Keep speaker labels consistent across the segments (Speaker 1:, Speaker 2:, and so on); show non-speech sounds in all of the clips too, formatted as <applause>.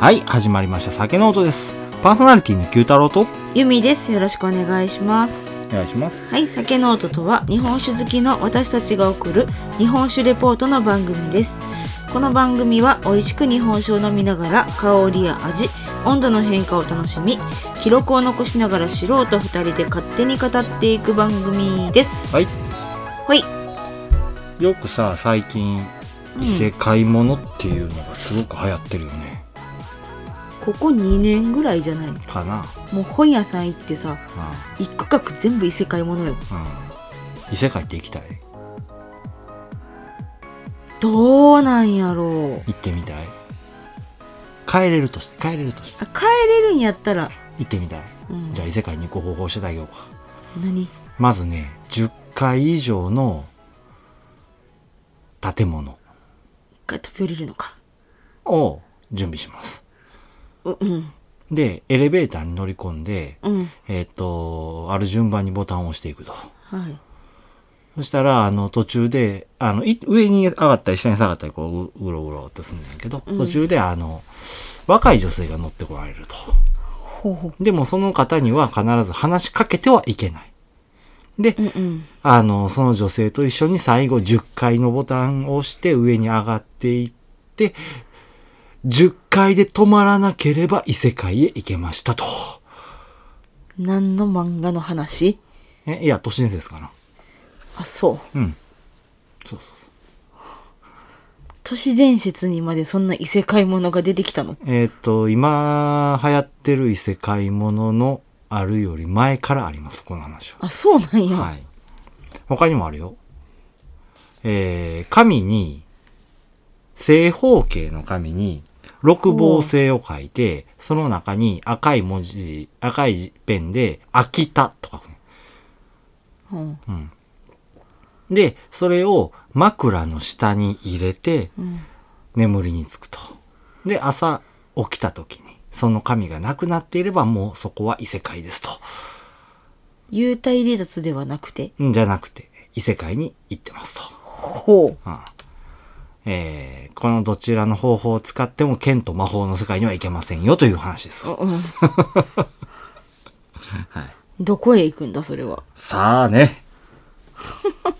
Speaker 1: はい、始まりました。酒の音です。パーソナリティの九太郎と、
Speaker 2: ゆみです。よろしくお願いします。
Speaker 1: お願いします。
Speaker 2: はい、酒ノートとは日本酒好きの私たちが送る日本酒レポートの番組です。この番組は美味しく日本酒を飲みながら香りや味、温度の変化を楽しみ、記録を残しながら素人2人で勝手に語っていく番組です。
Speaker 1: はい。
Speaker 2: はい。
Speaker 1: よくさ、最近、
Speaker 2: うん
Speaker 1: 異世界ものっていうのがすごく流行ってるよね。
Speaker 2: ここ2年ぐらいじゃない
Speaker 1: かな。
Speaker 2: もう本屋さん行ってさ、一区画全部異世界ものよ。
Speaker 1: うん。うん。異世界って行きたい
Speaker 2: どうなんやろう。
Speaker 1: 行ってみたい帰れるとして、帰れるとして。
Speaker 2: あ、帰れるんやったら、
Speaker 1: 行ってみたい。
Speaker 2: うん
Speaker 1: じゃあ異世界に行く方法を教えてあげようか。
Speaker 2: 何
Speaker 1: まずね、10階以上の建物
Speaker 2: 一回飛び降りるのか。
Speaker 1: を準備します。
Speaker 2: う、うん。
Speaker 1: で、エレベーターに乗り込んで、
Speaker 2: うん。
Speaker 1: えっ、と、ある順番にボタンを押していくと。
Speaker 2: はい。
Speaker 1: そしたら、あの、途中で、あの、い上に上がったり下に下がったり、こう、ううろうろっとするんだけど、途中で、あの、若い女性が乗ってこられると。
Speaker 2: ほうほう。
Speaker 1: でも、その方には必ず話しかけてはいけない。で、
Speaker 2: うんうん。
Speaker 1: あの、その女性と一緒に最後10階のボタンを押して上に上がっていって、10階で止まらなければ異世界へ行けましたと。
Speaker 2: 何の漫画の話
Speaker 1: え、いや、都市伝説かな。
Speaker 2: あ、そう。
Speaker 1: うん。そうそうそう。
Speaker 2: 都市伝説にまでそんな異世界ものが出てきたの
Speaker 1: えっ、と、今流行ってる異世界もののあるより前からあります、この話は。
Speaker 2: あ、そうなんや。
Speaker 1: はい。他にもあるよ。えー、神に、正方形の神に、六芒星を書いて、その中に赤い文字、赤いペンで、秋田とか書くね。
Speaker 2: うん。
Speaker 1: で、それを枕の下に入れて、
Speaker 2: うん。
Speaker 1: 眠りにつくと。で、朝起きた時に、その神がなくなっていればもうそこは異世界ですと。
Speaker 2: 幽体離脱ではなくて。
Speaker 1: んじゃなくて、異世界に行ってますと。
Speaker 2: ほう。
Speaker 1: えーこのどちらの方法を使っても剣と魔法の世界にはいけませんよという話です。
Speaker 2: うん。
Speaker 1: はい。
Speaker 2: どこへ行くんだ、それは。
Speaker 1: さあ <laughs> ね。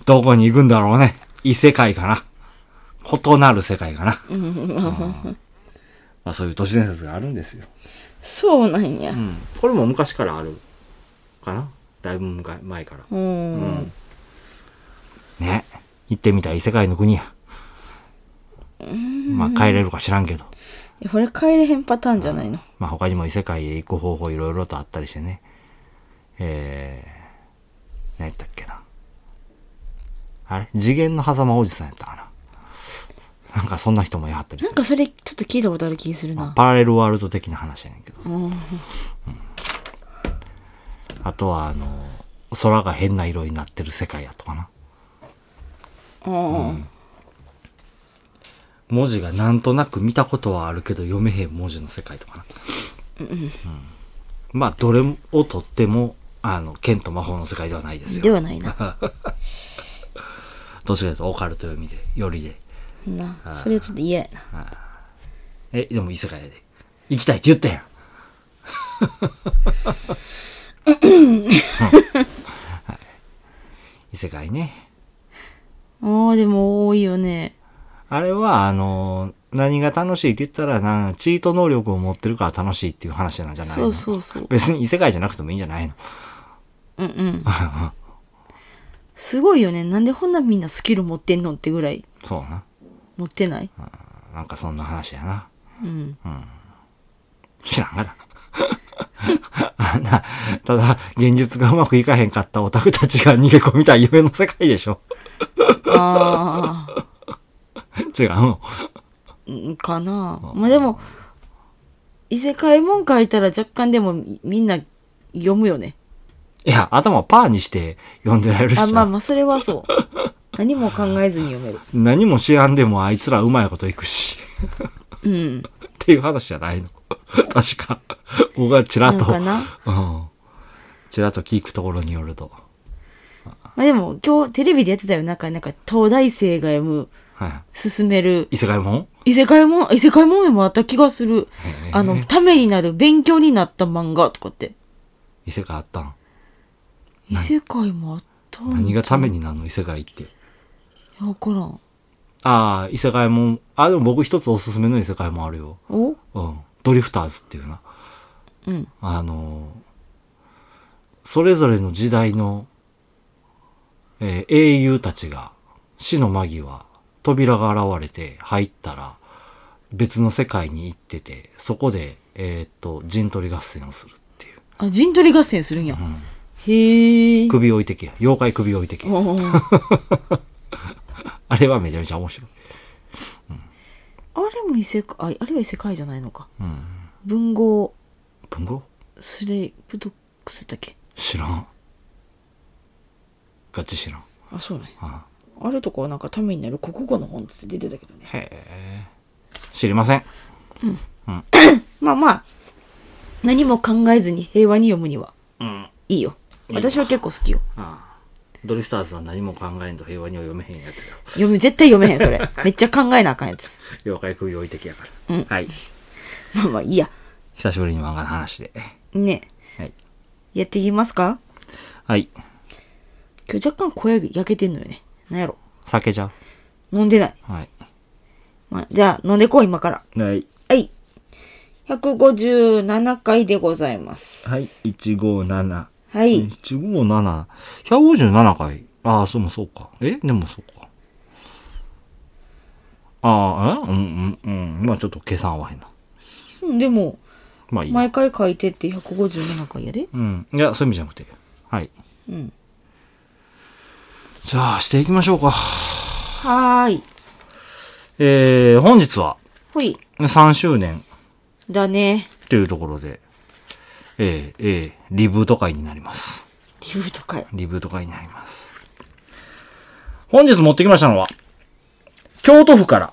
Speaker 1: どこに行くんだろうね。異世界かな。異なる世界かな。 <laughs> まあそういう都市伝説があるんですよ。
Speaker 2: そうなんや。
Speaker 1: うん。これも昔からあるかな。だいぶ昔前から。
Speaker 2: うん。
Speaker 1: ね。行ってみたい異世界の国や。まあ帰れるか知らんけど。
Speaker 2: えこれ帰れへんパターンじゃないの。
Speaker 1: まあ他にも異世界へ行く方法いろいろとあったりしてね。えー、何やったっけな。あれ次元の狭間おじさんやったかな。なんかそんな人もやはったり
Speaker 2: な
Speaker 1: す
Speaker 2: ん
Speaker 1: る。
Speaker 2: かそれちょっと聞いたことある気するな。
Speaker 1: パラレルワールド的な話やねんけど。
Speaker 2: うん。
Speaker 1: あとはあの、空が変な色になってる世界やったかな。
Speaker 2: うん。
Speaker 1: 文字がなんとなく見たことはあるけど読めへん文字の世界とかな。うんまあどれをとっても、あの、剣と魔法の世界ではないですよ。
Speaker 2: ではないな。
Speaker 1: どちらかというとオカルト読みで、よりで。
Speaker 2: な。それはちょっと嫌やな。
Speaker 1: え、でも異世界やで。行きたいって言ったやん。 <laughs> はい異世界ね。
Speaker 2: ああ、でも多いよね。
Speaker 1: あれは、あの、何が楽しいって言ったら、なんチート能力を持ってるから楽しいっていう話なんじゃない
Speaker 2: そ
Speaker 1: の
Speaker 2: うそうそう。
Speaker 1: 別に異世界じゃなくてもいいんじゃないの
Speaker 2: うんうん。 <laughs> すごいよね。なんでこんなみんなスキル持ってんのってぐらい
Speaker 1: そうな。
Speaker 2: 持ってない
Speaker 1: なんかそんな話やな。
Speaker 2: うん。
Speaker 1: 知らんがな。 <laughs> あんな、ただ、現実がうまくいかへんかったオタクたちが逃げ込みたい夢の世界でしょ。 <laughs>
Speaker 2: ああ
Speaker 1: 違うの。、
Speaker 2: うんかな。まあでも、異世界もん書いたら若干でもみみんな読むよね。
Speaker 1: いや、頭パーにして読んでられるしな
Speaker 2: あ、まあまあ、それはそう。何も考えずに読める。
Speaker 1: 何も知らんでもあいつらうまいこといくし、
Speaker 2: うん。
Speaker 1: っていう話じゃないの。確か。僕がちらっと、
Speaker 2: なんかな
Speaker 1: うん。ちらっと聞くところによると。
Speaker 2: まあでも、今日テレビでやってたよ。なんか、なんか、東大生が読む、
Speaker 1: はい。
Speaker 2: 進める、
Speaker 1: 異世界もん
Speaker 2: 異世界もん、異世界もんもあった気がする。
Speaker 1: へー
Speaker 2: あの、ためになる、勉強になった漫画とかって。
Speaker 1: 異世界あったん
Speaker 2: 異世界もあったん
Speaker 1: 何がためになるの異世界って。
Speaker 2: いやわからん。
Speaker 1: ああ、異世界もん、あ、でも僕一つおすすめの異世界もあるよ。
Speaker 2: お
Speaker 1: うん。ドリフターズっていうな。
Speaker 2: うん。
Speaker 1: あのーそれぞれの時代の、えー英雄たちが死の間際、扉が現れて入ったら、別の世界に行ってて、そこで、えーっと、陣取り合戦をするっていう。
Speaker 2: あ、陣取り合戦するんや。
Speaker 1: ん
Speaker 2: へえ。
Speaker 1: 首置いてけ。妖怪首置いてけ。
Speaker 2: おー
Speaker 1: あれはめちゃめちゃ面白い。
Speaker 2: あれも異世界、ああれは異世界じゃないのか。
Speaker 1: うん。
Speaker 2: 文豪、
Speaker 1: 文豪
Speaker 2: スレイプドックスだっけ
Speaker 1: 知らん。ガチ知らん。
Speaker 2: あ、そうね。
Speaker 1: あ
Speaker 2: あれとかはなんかためになる国語の本つって出てたけどね。
Speaker 1: へえ。知りません。
Speaker 2: まあまあ、何も考えずに平和に読むには
Speaker 1: うん。
Speaker 2: いいよ。私は結構好きよ。
Speaker 1: ああドリフターズは何も考えんと平和には読めへんやつよ。
Speaker 2: 読め、絶対読めへん、そ <laughs> れ。めっちゃ考えなあかんやつ。
Speaker 1: 妖怪首置いてきやから。はい。
Speaker 2: まあまあ、いいや。
Speaker 1: 久しぶりに漫画の話で。
Speaker 2: ね
Speaker 1: はい。
Speaker 2: やっていきますか
Speaker 1: はい。
Speaker 2: 今日若干声焼けてんのよね。なんやろ。
Speaker 1: 酒じゃん。
Speaker 2: 飲んでない。
Speaker 1: はい。
Speaker 2: まあ、じゃあ、飲んでこう、今から。
Speaker 1: はい。
Speaker 2: はい。157回でございます。
Speaker 1: はい。157。
Speaker 2: はい。
Speaker 1: 157。157回。ああ、そうもそうか。えでもそうか。ああ、えうんうんうん。まあちょっと計算合わへんな。
Speaker 2: うんでも、
Speaker 1: まあいいや。
Speaker 2: 毎回書いてって157回やで。
Speaker 1: うん。いや、そういう意味じゃなくて。はい。
Speaker 2: うん。
Speaker 1: じゃあ、していきましょうか。
Speaker 2: はーい。
Speaker 1: えー、本日は
Speaker 2: ほい。
Speaker 1: 3周年
Speaker 2: だね。
Speaker 1: というところで、えー、えー、リブート会になります。
Speaker 2: リブートかよ。
Speaker 1: リブート会になります。本日持ってきましたのは、京都府から、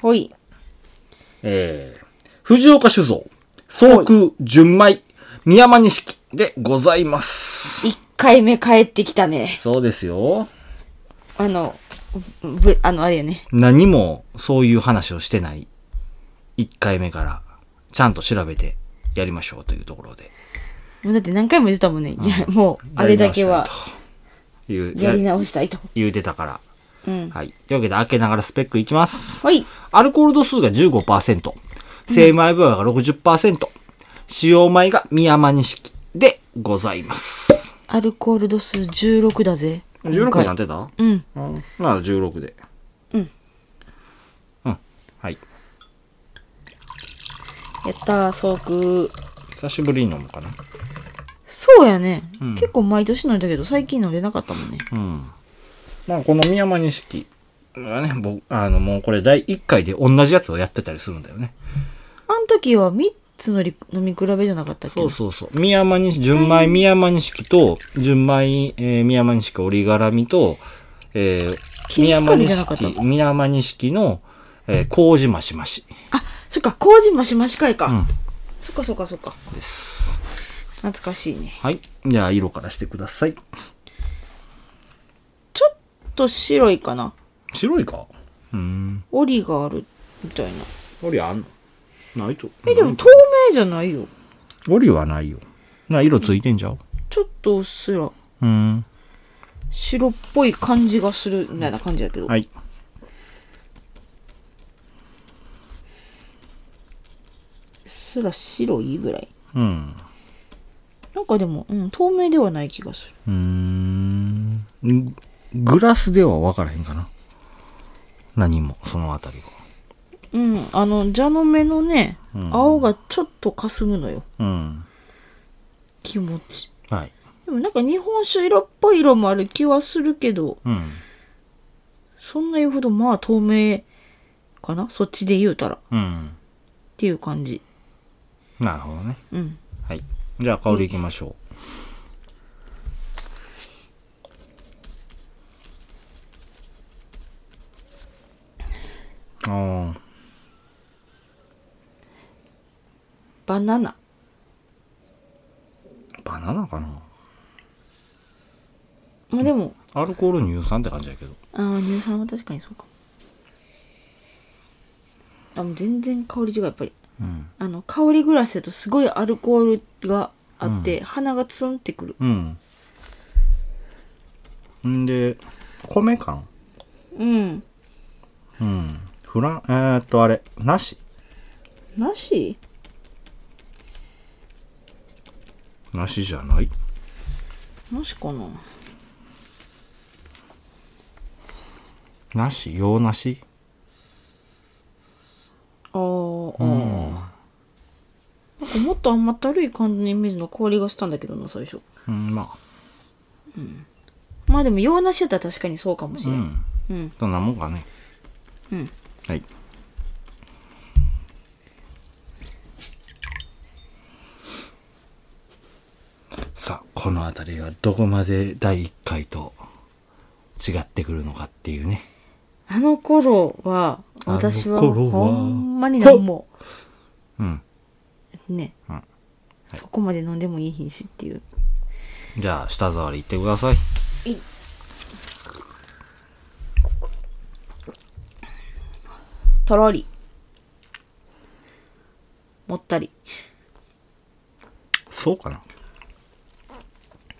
Speaker 2: ほい。
Speaker 1: えー、藤岡酒造、総空純米、宮間錦でございます。
Speaker 2: 1回目帰ってきたね。
Speaker 1: そうですよ。
Speaker 2: あの、ぶ、あの、あれやね。
Speaker 1: 何もそういう話をしてない1回目からちゃんと調べてやりましょうというところで。
Speaker 2: もうだって何回も言ってたもんね。いや、もう、あれだけは、
Speaker 1: やり直したいと。
Speaker 2: や
Speaker 1: 言
Speaker 2: り
Speaker 1: う、や
Speaker 2: 直したいと。
Speaker 1: 言うてたから。
Speaker 2: うん。
Speaker 1: はい。というわけで開けながらスペックいきます。
Speaker 2: ほい。
Speaker 1: アルコール度数が15%、精米分が60%、使用米が宮間錦でございます。
Speaker 2: アルコール度数16だぜ。今
Speaker 1: 16
Speaker 2: 回
Speaker 1: になってた
Speaker 2: うん。
Speaker 1: うん。なら16で。うん。うん。はい。
Speaker 2: やったー、そうく
Speaker 1: 久しぶりに飲むかな。
Speaker 2: そうやね、結構毎年飲んだけど、最近飲んでなかったもんね。
Speaker 1: うん。まあ、この宮間錦はね、僕、あの、もうこれ第1回で同じやつをやってたりするんだよね。
Speaker 2: あの時は3つのり飲み比べじゃなかったっけ
Speaker 1: そうそうそう。宮間錦、純米宮間錦と、純米、えー宮間錦折り絡みと、えー、
Speaker 2: 金光じゃなかった
Speaker 1: 宮間錦宮間錦の、えー、麹増し増し
Speaker 2: あ、そっか、麹マシマシ会か。
Speaker 1: ん
Speaker 2: そっかそっかそっか。
Speaker 1: です。
Speaker 2: 懐かしいね。
Speaker 1: はい。じゃあ、色からしてください。
Speaker 2: ちょっと白いかな。
Speaker 1: 白いかうーん。
Speaker 2: 折りがあるみたいな。
Speaker 1: 折りあんのないと。
Speaker 2: え、でも透明じゃないよ。
Speaker 1: 折りはないよ。な、色ついてんじゃん。
Speaker 2: ちょっとうっすら
Speaker 1: うーん。
Speaker 2: 白っぽい感じがするみたいな感じだけど。
Speaker 1: はい。
Speaker 2: うっすら白いぐらい。
Speaker 1: うん。
Speaker 2: なんかでも、うん、透明ではない気がする。
Speaker 1: うーんググラスでは分からへんかな。何も、そのあたりは。
Speaker 2: うん、あの、蛇の目のね、
Speaker 1: ん
Speaker 2: 青がちょっと霞むのよ。
Speaker 1: うん。
Speaker 2: 気持ち。
Speaker 1: はい。
Speaker 2: でもなんか日本酒色っぽい色もある気はするけど、
Speaker 1: うん。
Speaker 2: そんな言うほどまあ透明かなそっちで言うたらっ
Speaker 1: うん。
Speaker 2: ていう感じ。
Speaker 1: なるほどね。
Speaker 2: うん。
Speaker 1: はい。じゃあ、香りいきましょう。ああ、
Speaker 2: バナナ。
Speaker 1: バナナかな。
Speaker 2: まあでも、
Speaker 1: アルコール乳酸って感じだけど。
Speaker 2: ああ、乳酸は確かにそうかも。あもう全然香り違うやっぱり
Speaker 1: うん。
Speaker 2: あの香りグラスだとすごいアルコールがあって、鼻がツンってくる
Speaker 1: うん。んで、米感
Speaker 2: うん
Speaker 1: うん。フラン、えー、っと、あれ、なし。
Speaker 2: なし
Speaker 1: なしじゃない
Speaker 2: なしかな
Speaker 1: なし洋なし
Speaker 2: あーあーなんかもっと甘ったるい感じのイメージの香りがしたんだけどな最初
Speaker 1: うん、まあ。
Speaker 2: まあでも洋梨やったら確かにそうかもし
Speaker 1: う
Speaker 2: れない、
Speaker 1: ん。
Speaker 2: うん、
Speaker 1: どんなもんかね。
Speaker 2: うん。
Speaker 1: はい。さあ、このあたりがどこまで第1回と違ってくるのかっていうね。
Speaker 2: あの頃は私は
Speaker 1: あの頃は
Speaker 2: ほんまに何も
Speaker 1: うん。
Speaker 2: ね、
Speaker 1: うんはい
Speaker 2: そこまで飲んでもいい品種っていう
Speaker 1: じゃあ、舌触りいってください。
Speaker 2: とろりもったり
Speaker 1: そうかな。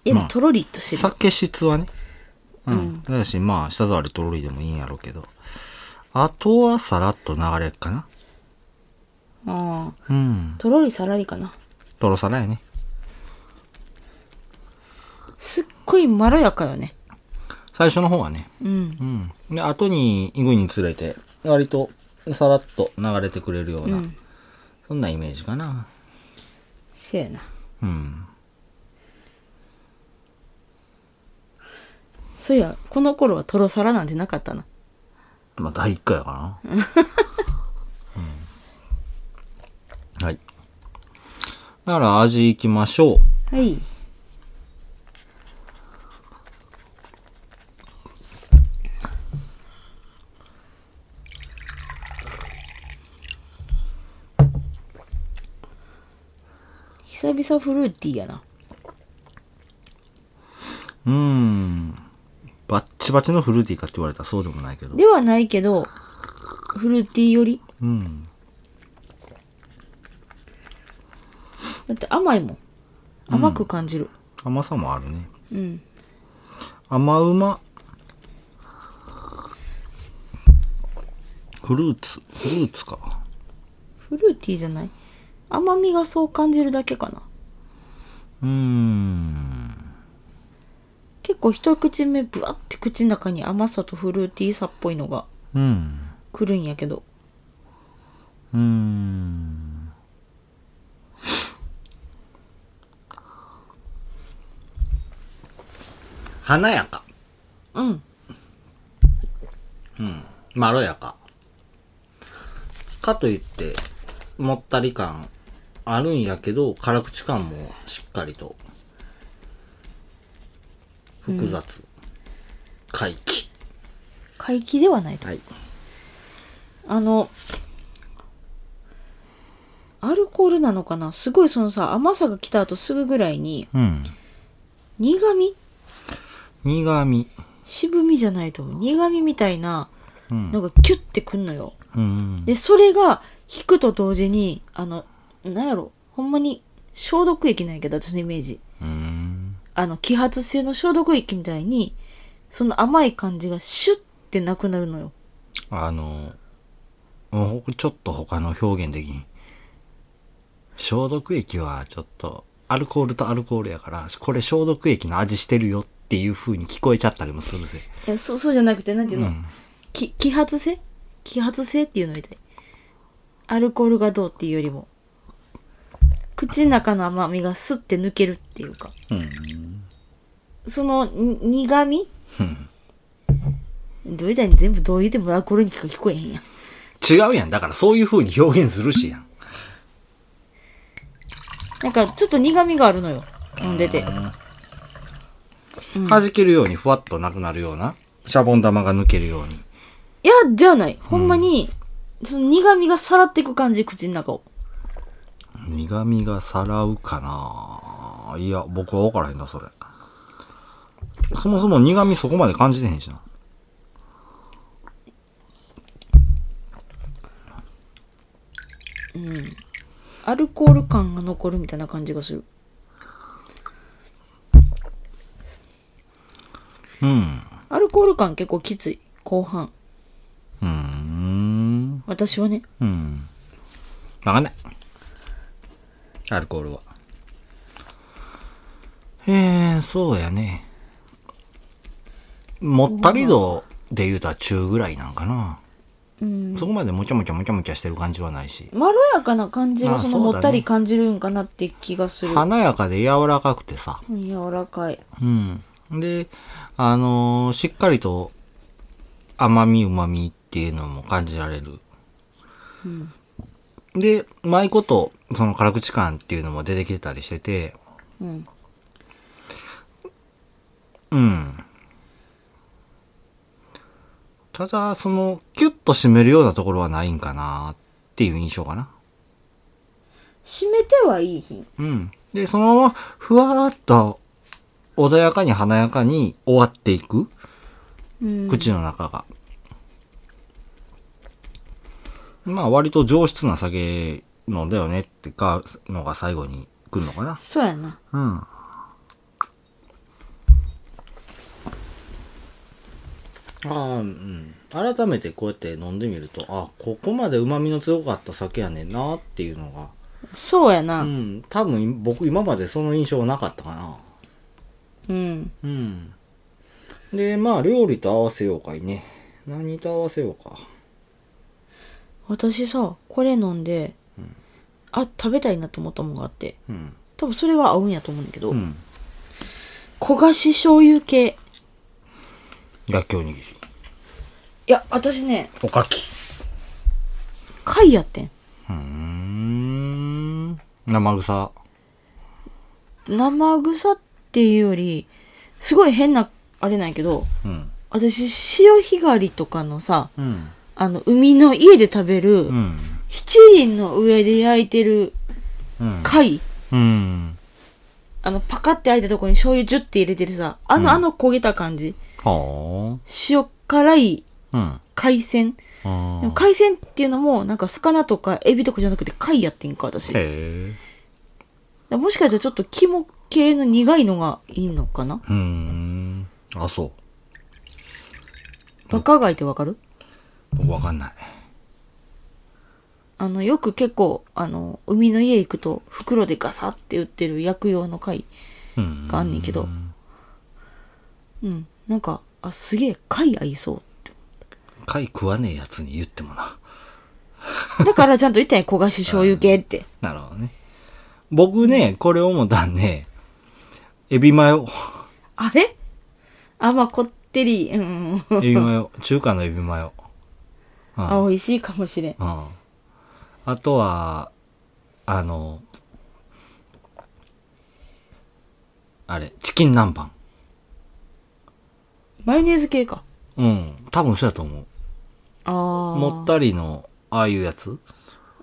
Speaker 2: でも、
Speaker 1: まあ
Speaker 2: とろりっとしてる
Speaker 1: 酒質はね。うん。だし、まあ、舌触りとろりでもいいんやろうけど。あとはさらっと流れるかな。
Speaker 2: ああ
Speaker 1: うん。
Speaker 2: とろりさらりかな
Speaker 1: とろさらやね。
Speaker 2: すっごいまろやかよね
Speaker 1: 最初の方はね。
Speaker 2: うん
Speaker 1: うん。で、後に行くにつれて、割とさらっと流れてくれるような、
Speaker 2: うん
Speaker 1: そんなイメージかな。
Speaker 2: せやな
Speaker 1: うん。
Speaker 2: そういやこの頃はとろさらなんてなかったな
Speaker 1: まあ、第1回やかな。 <laughs> うん、はい。だから味いきましょう。
Speaker 2: はい久々フルーティーやな
Speaker 1: うーん。バッチバチのフルーティーかって言われたらそうでもないけど。
Speaker 2: ではないけどフルーティーより
Speaker 1: うん。
Speaker 2: だって甘いもん甘く感じる
Speaker 1: 甘さもあるね。
Speaker 2: うん、
Speaker 1: 甘うま。フルーツ。フルーツか。
Speaker 2: フルーティーじゃない甘みがそう感じるだけかな
Speaker 1: うーん。
Speaker 2: 結構一口目ブワッて口の中に甘さとフルーティーさっぽいのが
Speaker 1: うん。
Speaker 2: 来るんやけど
Speaker 1: うーん。華やか。
Speaker 2: うん
Speaker 1: まろやか。かといって、もったり感あるんやけど、辛口感もしっかりと。複雑。回帰。
Speaker 2: 怪奇ではないと
Speaker 1: はい。
Speaker 2: あのアルコールなのかなすごいそのさ甘さが来た後すぐぐらいに
Speaker 1: うん。
Speaker 2: 苦味
Speaker 1: 苦味。
Speaker 2: 渋みじゃないと思う苦味みたいな
Speaker 1: うん。
Speaker 2: のがキュッてくんのよ
Speaker 1: うん。
Speaker 2: でそれが引くと同時にあのなんやろほんまに消毒液なんやけど私のイメージ
Speaker 1: うん。
Speaker 2: あの揮発性の消毒液みたいにその甘い感じがシュッてなくなるのよ
Speaker 1: あの、もうちょっと他の表現的に、消毒液はちょっと、アルコールとアルコールやから、これ消毒液の味してるよっていう風に聞こえちゃったりもするぜ。
Speaker 2: いやそうそうじゃなくてなんていう
Speaker 1: う
Speaker 2: の、
Speaker 1: ん。
Speaker 2: き揮発性揮発性っていうのみたいアルコールがどうっていうよりも口の中の甘みがスッて抜けるっていうか
Speaker 1: うん。
Speaker 2: そのに苦味
Speaker 1: うん
Speaker 2: どういたに全部どう言ってもアルコールにしか聞こえへんやん
Speaker 1: 違うやん。だからそういう風に表現するしやん。
Speaker 2: なんかちょっと苦味があるのよ飲んでて
Speaker 1: 弾けるようにふわっとなくなるような、シャボン玉が抜けるように。
Speaker 2: いやじゃあないほんまに、その苦味がさらっていく感じ口の中を
Speaker 1: 苦味がさらうかないや、僕は分からへんな、それ。そもそも苦味そこまで感じてへんしな。
Speaker 2: うんアルコール感が残るみたいな感じがする
Speaker 1: うん。
Speaker 2: アルコール感結構きつい後半
Speaker 1: うーん。
Speaker 2: 私はね
Speaker 1: うん。わかんない。アルコールは。ええそうやね。もったり度で言うたら中ぐらいなんかな。
Speaker 2: うん
Speaker 1: そこまでもちゃもちゃもちゃもちゃしてる感じはないし。
Speaker 2: まろやかな感じ
Speaker 1: ま
Speaker 2: が
Speaker 1: あ
Speaker 2: その
Speaker 1: そうだ
Speaker 2: も
Speaker 1: ね
Speaker 2: ったり感じるんかなって気がする、
Speaker 1: 華やかで柔らかくてさ。
Speaker 2: うん柔らかい
Speaker 1: うん。で、あのーしっかりと甘み、旨みっていうのも感じられる。で、うまいこと、その辛口感っていうのも出てきてたりしてて、
Speaker 2: うん
Speaker 1: うん。ただ、その、キュッと締めるようなところはないんかなっていう印象かな。
Speaker 2: 締めてはいい品
Speaker 1: うん。で、そのまま、ふわーっと、穏やかに華やかに終わっていく。
Speaker 2: うん
Speaker 1: 口の中が。まあ割と上質な酒のだよねってか、のが最後に来るのかな。
Speaker 2: そうやな
Speaker 1: うん。ああ、うん。改めてこうやって飲んでみると、あ、ここまで旨味の強かった酒やねんなっていうのが。
Speaker 2: そうやな
Speaker 1: うん。多分僕今までその印象なかったかな。
Speaker 2: うん
Speaker 1: うん。で、まあ、料理と合わせようかいね。何と合わせようか。
Speaker 2: 私さこれ飲んで、あ食べたいなと思ったもんがあって
Speaker 1: うん。
Speaker 2: 多分それが合うんやと思うんだけど、
Speaker 1: うん。
Speaker 2: 焦がし醤油系
Speaker 1: らっきょうにぎり。
Speaker 2: いや私ね
Speaker 1: おかき。
Speaker 2: 貝やってん
Speaker 1: うーん。生臭。
Speaker 2: 生臭っていうよりすごい変なあれなんやけど
Speaker 1: うん。
Speaker 2: 私潮干狩りとかのさ
Speaker 1: うん。
Speaker 2: あの海の家で食べる、
Speaker 1: うん。
Speaker 2: 七輪の上で焼いてる
Speaker 1: うん。
Speaker 2: 貝
Speaker 1: うん。
Speaker 2: あのパカって開いたとこに醤油ジュッて入れてるさあの、あの焦げた感じ
Speaker 1: は
Speaker 2: 塩辛い
Speaker 1: あ。うん。
Speaker 2: 海鮮
Speaker 1: あ
Speaker 2: でも海鮮っていうのもなんか魚とかエビとかじゃなくて貝やってんか私
Speaker 1: へえ。
Speaker 2: もしかしたらちょっと肝系の苦いのがいいのかな
Speaker 1: うーん。あ、そ
Speaker 2: バカ貝ってわかる
Speaker 1: う。僕わかんない。
Speaker 2: あのよく結構あの海の家行くと袋でガサって売ってる薬用の貝
Speaker 1: うん
Speaker 2: があんねんけどうんなんかあすげえ貝合いそうって
Speaker 1: 貝食わねえやつに言ってもな。
Speaker 2: だからちゃんと言ったんや焦がし醤油系って
Speaker 1: なるほどね。僕ね、これ思ったんね。エビマ <laughs> ヨ。
Speaker 2: あれあまあこってりうん
Speaker 1: エビマヨ。中華のエビマヨ。うん
Speaker 2: あ美味しいかもしれん
Speaker 1: うん。あとは、あの、あれ、チキン南蛮。
Speaker 2: マヨネーズ系か
Speaker 1: うん。多分そうやと思う。
Speaker 2: ああ
Speaker 1: もったりの、ああいうやつ。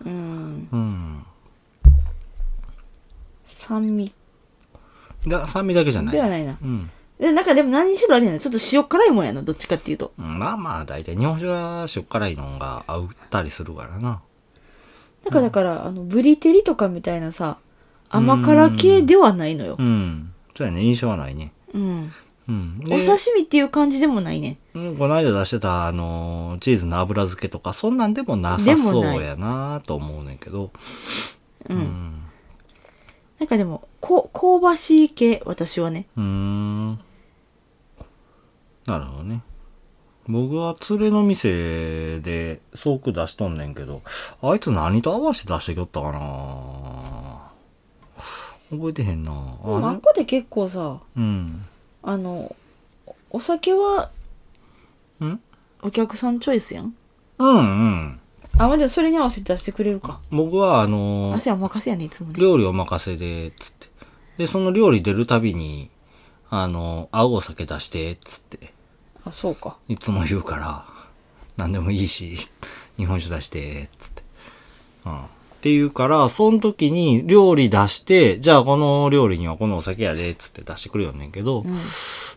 Speaker 2: うん
Speaker 1: うん。
Speaker 2: 酸味
Speaker 1: だ酸味だけじゃない。
Speaker 2: ではないな
Speaker 1: うん。
Speaker 2: でなんかでも何しろあれやなちょっと塩辛いもんやなどっちかっていうと
Speaker 1: まあまあ、大体日本酒は塩辛いのが合ったりするからな。
Speaker 2: なんかだから、あのブリテリとかみたいなさ甘辛系ではないのよ
Speaker 1: うん。そうやね、印象はないね。
Speaker 2: うん、
Speaker 1: うん。
Speaker 2: お
Speaker 1: で
Speaker 2: 刺身っていう感じでもないね
Speaker 1: うん、この間出してた、あのーチーズの油漬けとか、そんなんでもなさそうやなと思うねんけど。
Speaker 2: うん、なんかでもこ香ばしい系私はね
Speaker 1: うーん。なるほどね。僕は連れの店でソーク出しとんねんけど、あいつ何と合わせて出してきよったかな覚えてへんな
Speaker 2: でもあ
Speaker 1: あ
Speaker 2: っ
Speaker 1: れ
Speaker 2: こで結構さ
Speaker 1: うん。
Speaker 2: あのおお酒は
Speaker 1: うん
Speaker 2: お客さんチョイスやん
Speaker 1: うんうん。
Speaker 2: あまあでもそれに合わせて出してくれるか
Speaker 1: 僕はあの
Speaker 2: 汗は任せやねいつもね
Speaker 1: 料理お任せで、つって。で、その料理出るたびに、あの、青お酒出して、つって。
Speaker 2: あそうか
Speaker 1: いつも言うから、何でもいいし、日本酒出して、つって。うん。っていうから、その時に料理出して、じゃあこの料理にはこのお酒やで、つって出してくるよねんけど、
Speaker 2: うん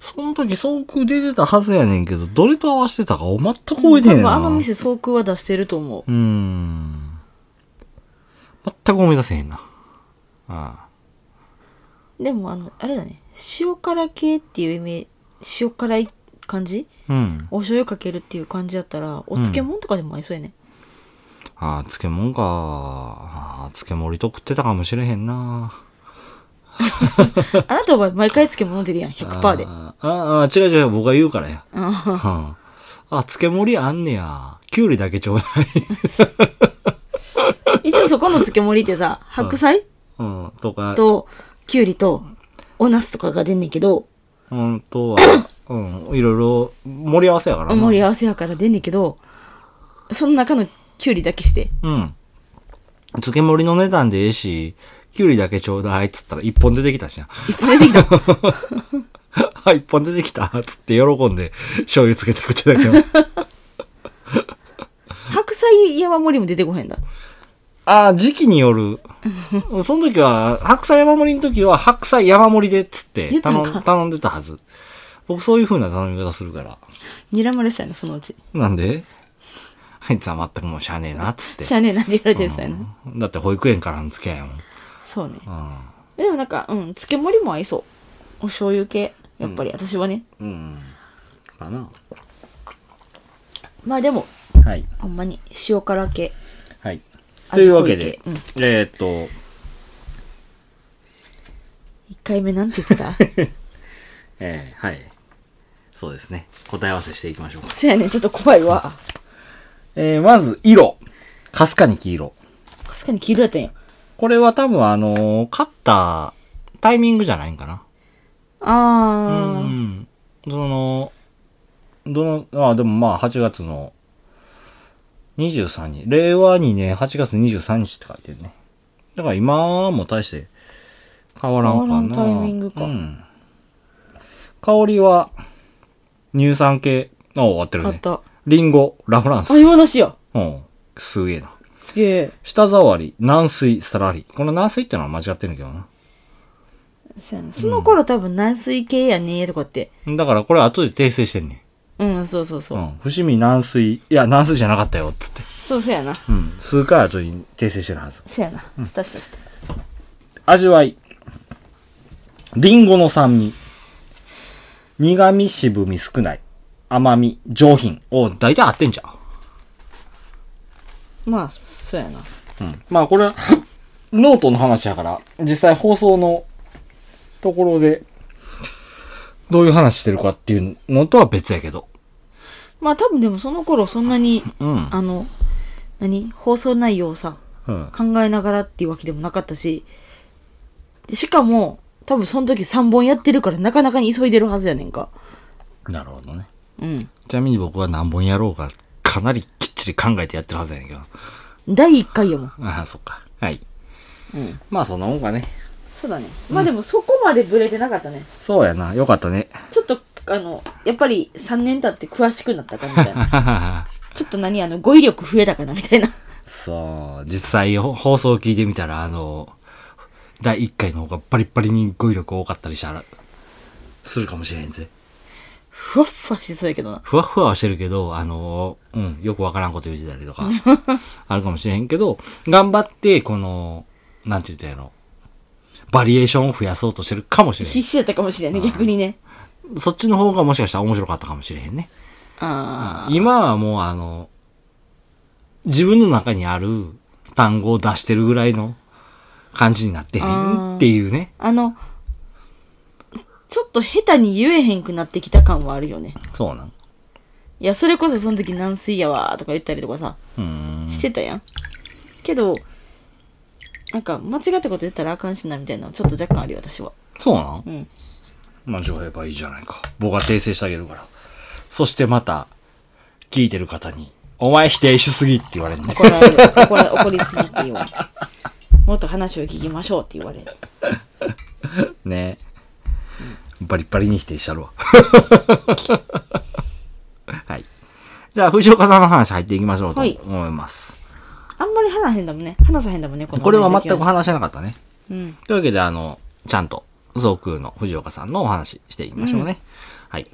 Speaker 1: その時そうく出てたはずやねんけど、どれと合わせてたか全く覚えてへんね
Speaker 2: 多
Speaker 1: ん
Speaker 2: 分
Speaker 1: な。
Speaker 2: あの店総空は出してると思う
Speaker 1: うーん。全く思い出せへんな。あ
Speaker 2: でもあのあれだね塩辛系っていう意味塩辛い感じ
Speaker 1: あ。うん。
Speaker 2: お醤油かけるっていう感じだったらお漬物とかでも合いそうやね、
Speaker 1: ああ、漬物か。ああ、漬物と食ってたかもしれへんな。
Speaker 2: あなたは毎回漬物飲んでるやん100%で
Speaker 1: ああああ、違う違う、僕が言うからや。う
Speaker 2: あ
Speaker 1: んあ、漬盛りあんねや。きゅうりだけちょうだい。 <laughs>
Speaker 2: 一応そこの漬物ってさ白菜
Speaker 1: うん、とか、
Speaker 2: ときゅうりとお茄子とかが出んねんけど
Speaker 1: うんとは、うん、いろいろ盛り合わせやからな。
Speaker 2: 盛り合わせやから出んねんけどその中のきゅうりだけして
Speaker 1: うん。漬盛りの値段でええし、きゅうりだけちょうだいっつったら一本出てきたしな。
Speaker 2: いっぱい出てき
Speaker 1: <laughs>
Speaker 2: た
Speaker 1: あ、一本出てきたっつって喜んで醤油つけて食ってたけど。
Speaker 2: 白菜山盛りも出てこへんだ
Speaker 1: ああ、時期による。 <laughs> その時は、白菜山盛りの時は、白菜山盛りでっつって
Speaker 2: 言った
Speaker 1: 頼
Speaker 2: んか
Speaker 1: ん頼んでたはず。僕そういう風な頼み方するから。
Speaker 2: 睨まれてたよなそのうち
Speaker 1: なんであいつは全くもうしゃあねえなっつって。
Speaker 2: しゃあねえなんて言われてたよな、
Speaker 1: うんだって保育園からの付き合いやもん。
Speaker 2: そうね
Speaker 1: うん
Speaker 2: でもなんかうん漬物も合いそうお醤油系やっぱり私はね、
Speaker 1: うん。かな。
Speaker 2: まあでも
Speaker 1: はい。
Speaker 2: ほんまに塩辛系
Speaker 1: はい。とい
Speaker 2: 味
Speaker 1: うわ
Speaker 2: 濃
Speaker 1: け
Speaker 2: い系
Speaker 1: で、
Speaker 2: うん
Speaker 1: えーっと、
Speaker 2: 1回目なんて言ってた <laughs>
Speaker 1: えー、はい。そうですね。答え合わせしていきましょうか。
Speaker 2: そやねんちょっと怖いわ
Speaker 1: えー、まず、色。かすかに黄色。
Speaker 2: かすかに黄色やったんや
Speaker 1: これは多分あのー、勝ったタイミングじゃないんかな。う
Speaker 2: あー
Speaker 1: ん。その、どの、あ、でもまあ8月の23日、令和2年8月23日って書いてるね。だから今も大して変わらんかな。
Speaker 2: 変わらんタイミングか
Speaker 1: うん。香りは乳酸系。あ、終わってる
Speaker 2: あっ
Speaker 1: ね。
Speaker 2: たあ
Speaker 1: リンゴ、ラフランス。
Speaker 2: 今なしや
Speaker 1: うん。すげえな。
Speaker 2: すげえ
Speaker 1: 舌触り、軟水、さらり。この軟水ってのは間違ってるけどな。
Speaker 2: そやなその頃多分軟水系やねとかって
Speaker 1: だからこれ後で訂正してんねん。
Speaker 2: うんそうそうそう、
Speaker 1: うん。伏見軟水、いや、軟水じゃなかったよ、っつって。
Speaker 2: そうそやな
Speaker 1: うん。数回後に訂正してるはず。
Speaker 2: そやなしたしたした
Speaker 1: 味わい。リンゴの酸味。苦味、渋み、少ない。甘み、上品。お、大体合ってんじゃん。
Speaker 2: まあそうやな
Speaker 1: うん。まあこれ <laughs> は、ノートの話やから、実際放送のところで、どういう話してるかっていうのとは別やけど。
Speaker 2: まあ多分でもその頃そんなに
Speaker 1: うん。
Speaker 2: あの何放送内容をさ
Speaker 1: うん。
Speaker 2: 考えながらっていうわけでもなかったし、でしかも、多分その時3本やってるからなかなかに急いでるはずやねんか。
Speaker 1: なるほどね。
Speaker 2: うん。
Speaker 1: ちなみに僕は何本やろうか、かなりきっちり考えてやってるはずやねんけど。
Speaker 2: 第1回やもん。
Speaker 1: ああ、そっか。はい。
Speaker 2: うん。
Speaker 1: まあそんなもんかね。
Speaker 2: そうだね。まあでもそこまでブレてなかったね。
Speaker 1: そうやな。よかったね。
Speaker 2: ちょっと、あの、やっぱり3年経って詳しくなったかみたいな。ちょっと何あの、語彙力増えたかなみたいな。
Speaker 1: そう。実際ほ放送聞いてみたら、あの、第1回の方がバリッバリに語彙力多かったりしたら、するかもしれへんぜ。
Speaker 2: ふわっふわしてそうやけどな。
Speaker 1: ふわふわはしてるけど、あの、うん、よくわからんこと言ってたりとか、あるかもしれへんけど、頑張って、この、なんて言ったんやろ。バリエーションを増やそうとしてるかもしれへ
Speaker 2: 必死やったかもしれないね、逆にね。
Speaker 1: ん。そっちの方がもしかしたら面白かったかもしれへんね。
Speaker 2: あ
Speaker 1: 今はもうあの、自分の中にある単語を出してるぐらいの感じになってへ
Speaker 2: あ
Speaker 1: ん
Speaker 2: ー
Speaker 1: っていうね。
Speaker 2: あ。あの、ちょっと下手に言えへんくなってきた感はあるよね。
Speaker 1: そうなん。
Speaker 2: いや、それこそその時軟水やわーとか言ったりとかさ、
Speaker 1: うーん。
Speaker 2: してたやん。けど、なんか間違ったこと言ったらあかんしなみたいなのちょっと若干あるよ、私は。
Speaker 1: そうなん
Speaker 2: うん。
Speaker 1: まあ、上平ばいいじゃないか。僕が訂正してあげるから。そしてまた、聞いてる方に、お前否定しすぎって言われるね。
Speaker 2: 怒られる。怒ら怒りすぎって言われる。もっと話を聞きましょうって言われる。
Speaker 1: ねバリッバリに否定したるわ。 <laughs> はい。じゃあ、藤岡さんの話入っていきましょうと
Speaker 2: はい
Speaker 1: 思います。
Speaker 2: あんまり話へんだもんね。話さへんだもんね、この
Speaker 1: これは全く
Speaker 2: 話。
Speaker 1: 話せなかったね。
Speaker 2: うん。
Speaker 1: というわけで、あの、ちゃんと、総空の藤岡さんのお話していきましょうね。はい。